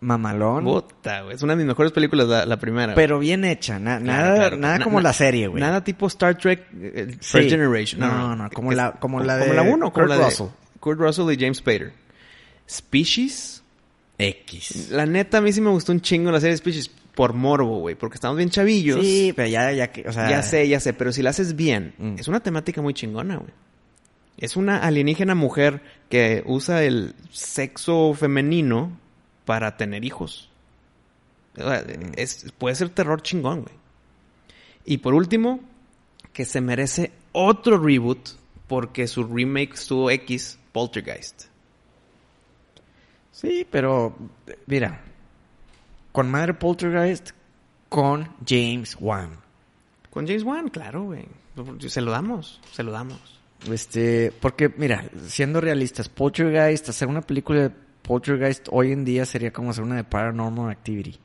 Speaker 2: Mamalón.
Speaker 1: Puta, güey. Es una de mis mejores películas, la, la primera. güey.
Speaker 2: Pero bien hecha. na-
Speaker 1: Claro,
Speaker 2: nada
Speaker 1: claro.
Speaker 2: nada
Speaker 1: Na-
Speaker 2: como
Speaker 1: na-
Speaker 2: la serie, güey.
Speaker 1: Nada tipo Star Trek eh, First
Speaker 2: Sí.
Speaker 1: Generation.
Speaker 2: No, no, como
Speaker 1: Que-
Speaker 2: la- como la de
Speaker 1: Como la 1 como
Speaker 2: Kurt
Speaker 1: la de
Speaker 2: Russell.
Speaker 1: Kurt Russell y James Spader. Species.
Speaker 2: X.
Speaker 1: La neta, a mí sí me gustó un chingo la serie Species por morbo, güey. Porque estamos bien chavillos.
Speaker 2: Sí, pero ya, ya, que- o sea,
Speaker 1: Ya sé, ya sé, pero si la haces bien,
Speaker 2: Ah. Mm.
Speaker 1: es una temática muy chingona, güey. Es una alienígena mujer que usa el sexo femenino para tener hijos. O sea, es- puede ser terror chingón, güey. Y por último, que se merece otro reboot porque su remake estuvo X, Poltergeist.
Speaker 2: Sí, pero eh, mira, con Madre Poltergeist, con James Wan.
Speaker 1: Con James Wan, claro, güey. Se lo damos, se lo damos.
Speaker 2: Este, porque mira, siendo realistas, Poltergeist, hacer una película de Poltergeist hoy en día sería como hacer una de Paranormal Activity.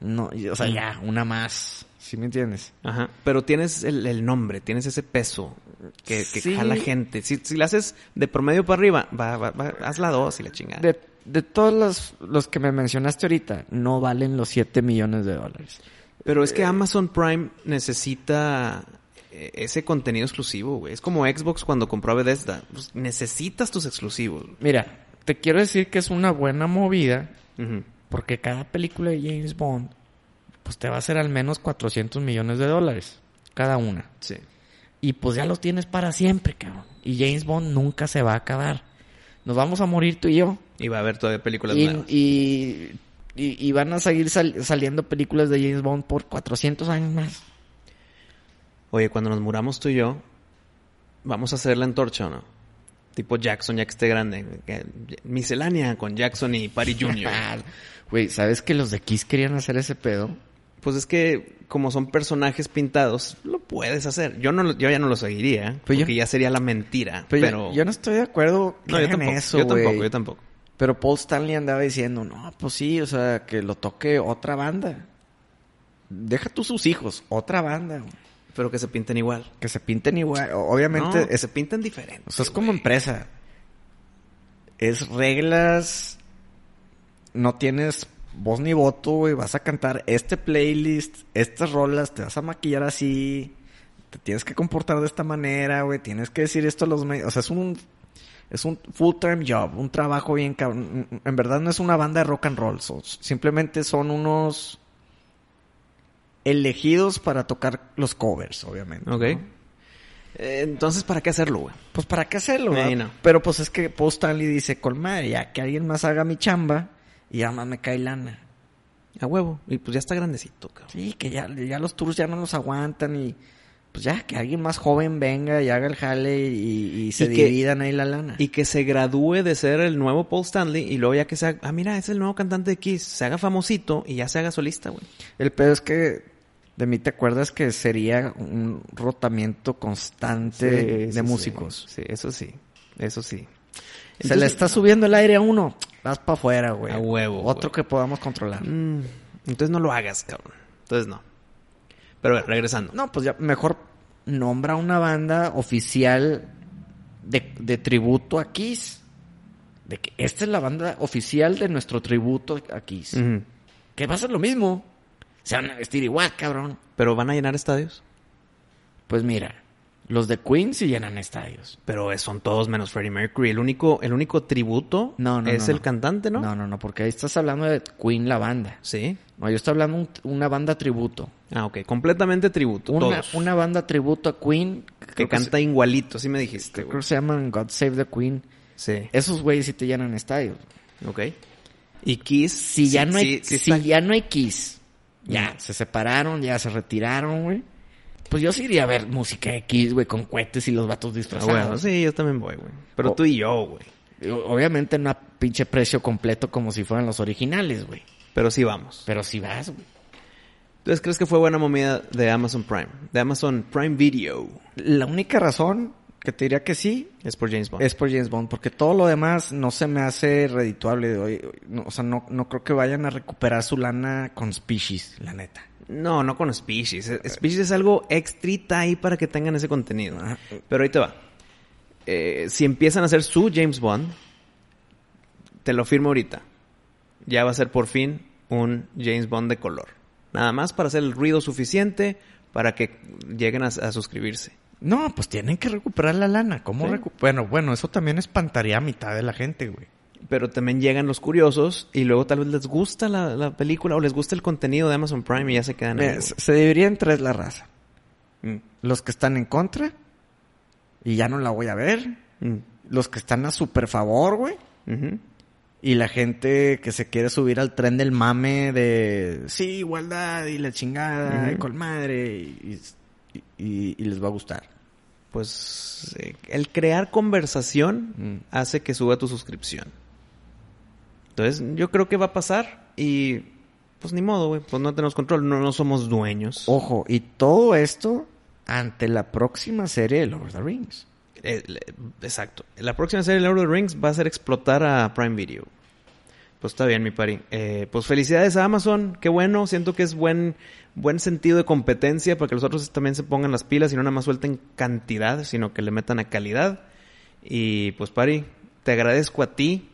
Speaker 2: No, y- o sea, ya, una más. ¿Sí me entiendes?
Speaker 1: Ajá. Pero tienes el, el nombre, tienes ese peso que, que
Speaker 2: Sí.
Speaker 1: jala gente. Si, si la haces de promedio para arriba, va, va, va, haz la dos y la chingada.
Speaker 2: De, de todos los, los que me mencionaste ahorita, no valen los 7 millones de dólares.
Speaker 1: Pero es que Amazon Prime necesita eh, ese contenido exclusivo, güey. Es como Xbox cuando compró a Bethesda. Pues, necesitas tus exclusivos.
Speaker 2: Mira, te quiero decir que es una buena movida
Speaker 1: Ujú.
Speaker 2: porque cada película de James Bond pues te va a hacer al menos 400 millones de dólares cada una.
Speaker 1: Sí.
Speaker 2: Y pues ya lo tienes para siempre, cabrón. Y James Bond nunca se va a acabar. Nos vamos a morir tú y yo.
Speaker 1: Y va a haber todavía películas
Speaker 2: Y,
Speaker 1: nuevas.
Speaker 2: y, y- y van a seguir sal- saliendo películas de James Bond por 400 años más.
Speaker 1: Oye, cuando nos muramos tú y yo, vamos a hacer la antorcha, ¿o no? Tipo Jackson, ya que esté grande. Que- Miscelánea con Jackson y Patty Jr.
Speaker 2: Ah, Güey, ¿sabes que los de Kiss querían hacer ese pedo?
Speaker 1: Pues es que como son personajes pintados, lo puedes hacer. Yo no, lo- yo ya no lo seguiría,
Speaker 2: Pero Pues yo-
Speaker 1: porque ya sería la mentira. Pero,
Speaker 2: Pero, yo, yo no estoy de acuerdo que
Speaker 1: No, yo
Speaker 2: hagan
Speaker 1: tampoco.
Speaker 2: eso,
Speaker 1: yo tampoco,
Speaker 2: güey.
Speaker 1: yo tampoco.
Speaker 2: Pero Paul Stanley andaba diciendo, no, pues sí, o sea, que lo toque otra banda. Deja tú sus hijos, otra banda. güey.
Speaker 1: Pero que se pinten igual.
Speaker 2: Que se pinten igual. O- Obviamente,
Speaker 1: No, que
Speaker 2: es-
Speaker 1: se pinten diferente.
Speaker 2: o sea, es como empresa. Es reglas. No tienes voz ni voto, güey. Vas a cantar este playlist, estas rolas, te vas a maquillar así. Te tienes que comportar de esta manera, güey. Tienes que decir esto a los medios. O sea, es un. Es un full-time job, un trabajo bien cabrón. En verdad no es una banda de rock and roll. so- simplemente son unos elegidos para tocar los covers, obviamente.
Speaker 1: Ok.
Speaker 2: ¿no?
Speaker 1: Eh, entonces, ¿para qué hacerlo, güey?
Speaker 2: Pues para qué hacerlo,
Speaker 1: Ahí
Speaker 2: ¿verdad?
Speaker 1: no.
Speaker 2: Pero pues es que Paul Stanley dice, con madre, ya que alguien más haga mi chamba y ya más me cae lana.
Speaker 1: A huevo. Y pues ya está grandecito, cabrón.
Speaker 2: Sí, que ya, ya los tours ya no los aguantan y pues ya que alguien más joven venga y haga el jale y, y se
Speaker 1: Y que-
Speaker 2: dividan ahí la lana.
Speaker 1: Y que se gradúe de ser el nuevo Paul Stanley y luego ya que sea, ah, mira, es el nuevo cantante de Kiss, se haga famosito y ya se haga solista, güey.
Speaker 2: El pedo es que de mí te acuerdas que sería un rotamiento constante de músicos.
Speaker 1: Sí, eso sí. Eso sí.
Speaker 2: se le
Speaker 1: Entonces-
Speaker 2: está subiendo el aire a uno. Vas para afuera, güey.
Speaker 1: A huevo,
Speaker 2: Otro
Speaker 1: güey.
Speaker 2: que podamos controlar.
Speaker 1: Mm, entonces no lo hagas, cabrón. Entonces no. Pero bueno, regresando.
Speaker 2: No, pues ya mejor nombra una banda oficial de, de tributo a Kiss. De que esta es la banda oficial de nuestro tributo a Kiss.
Speaker 1: Ujú.
Speaker 2: Que va a ser lo mismo. Se van a vestir igual, cabrón.
Speaker 1: Pero van a llenar estadios.
Speaker 2: Pues mira, los de Queen sí llenan estadios.
Speaker 1: Pero son todos menos Freddie Mercury. El único, el único tributo
Speaker 2: No, no,
Speaker 1: es
Speaker 2: no,
Speaker 1: el
Speaker 2: no.
Speaker 1: cantante, ¿no?
Speaker 2: No, no, no, porque ahí estás hablando de Queen la banda.
Speaker 1: Sí.
Speaker 2: No, yo estoy hablando de una banda tributo.
Speaker 1: Ah, ok. Completamente tributo.
Speaker 2: Una,
Speaker 1: todos.
Speaker 2: una banda tributo a Queen
Speaker 1: que
Speaker 2: creo se-
Speaker 1: canta igualito, así me dijiste,
Speaker 2: creo
Speaker 1: güey.
Speaker 2: que se llaman God Save the Queen.
Speaker 1: Sí.
Speaker 2: Esos güeyes sí te llenan estadios.
Speaker 1: Ok. Y Kiss.
Speaker 2: si ya
Speaker 1: sí-
Speaker 2: no hay,
Speaker 1: sí- sí
Speaker 2: si
Speaker 1: está-
Speaker 2: ya no hay Kiss, ya se separaron, ya se retiraron, güey. Pues yo sí iría a ver música de Kiss, güey, con cohetes y los vatos
Speaker 1: Ah,
Speaker 2: disfrazados.
Speaker 1: bueno, sí, yo también voy, güey. Pero
Speaker 2: O-
Speaker 1: tú y yo, güey.
Speaker 2: Digo, Obviamente no a pinche precio completo como si fueran los originales, güey.
Speaker 1: Pero sí vamos.
Speaker 2: Pero si vas, güey.
Speaker 1: Entonces, ¿crees que fue buena movida de Amazon Prime? De Amazon Prime Video.
Speaker 2: La única razón que te diría que sí
Speaker 1: Es por James Bond.
Speaker 2: es por James Bond, porque todo lo demás no se me hace redituable. güey. No, o sea, no, no creo que vayan a recuperar su lana con Species, la neta.
Speaker 1: No, no con E-, Species. Eh, Species es algo extrita ahí para que tengan ese contenido.
Speaker 2: Ajá.
Speaker 1: Pero ahí te va. eh, si empiezan a hacer su James Bond, te lo firmo ahorita. Ya va a ser por fin un James Bond de color. Nada más para hacer el ruido suficiente para que lleguen a, a suscribirse.
Speaker 2: No, pues tienen que recuperar la lana. ¿Cómo
Speaker 1: Sí.
Speaker 2: recu- Bueno, bueno, eso también espantaría a mitad de la gente, güey.
Speaker 1: Pero también llegan los curiosos y luego tal vez les gusta la, la película o les gusta el contenido de Amazon Prime y ya se quedan ahí,
Speaker 2: Mira,
Speaker 1: güey.
Speaker 2: Eh, se se dividiría en tres la raza.
Speaker 1: Mm,
Speaker 2: Los que están en contra y ya no la voy a ver.
Speaker 1: mm,
Speaker 2: Los que están a super favor, güey.
Speaker 1: ujú.
Speaker 2: Y la gente que se quiere subir al tren del mame de sí, igualdad y la chingada
Speaker 1: Ujú.
Speaker 2: y con madre y, y- y- y les va a gustar.
Speaker 1: Pues eh, el crear conversación
Speaker 2: Mm.
Speaker 1: hace que suba tu suscripción. Entonces yo creo que va a pasar y pues ni modo, güey. Pues no tenemos control, no, no somos dueños.
Speaker 2: Ojo, y todo esto ante la próxima serie de Lord of the Rings.
Speaker 1: Eh, le- exacto. La próxima serie de Lord of the Rings va a ser explotar a Prime Video. Pues está bien, mi pari. Eh, pues felicidades a Amazon. Qué bueno. Siento que es buen, buen sentido de competencia para que los otros también se pongan las pilas y no nada más suelten cantidad, sino que le metan a calidad. Y pues, pari, te agradezco a ti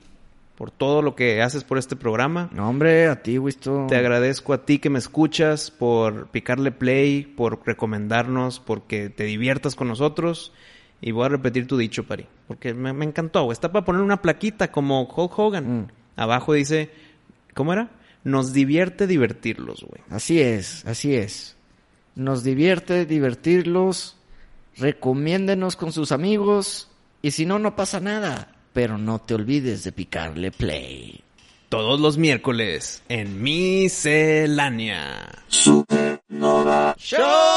Speaker 1: por todo lo que haces por este programa.
Speaker 2: No, hombre, a ti, Wisto.
Speaker 1: Te agradezco a ti que me escuchas por picarle play, por recomendarnos, porque te diviertas con nosotros. Y voy a repetir tu dicho, Pari, porque me, me encantó. güey. Está para poner una plaquita como Hulk Hogan.
Speaker 2: Mm.
Speaker 1: Abajo dice, ¿cómo era? Nos divierte divertirlos, güey.
Speaker 2: Así es, así es. Nos divierte divertirlos. Recomiéndenos con sus amigos. Y si no, no pasa nada. Pero no te olvides de picarle play.
Speaker 1: Todos los miércoles en Miscelánea.
Speaker 10: Supernova.
Speaker 2: ¡Show!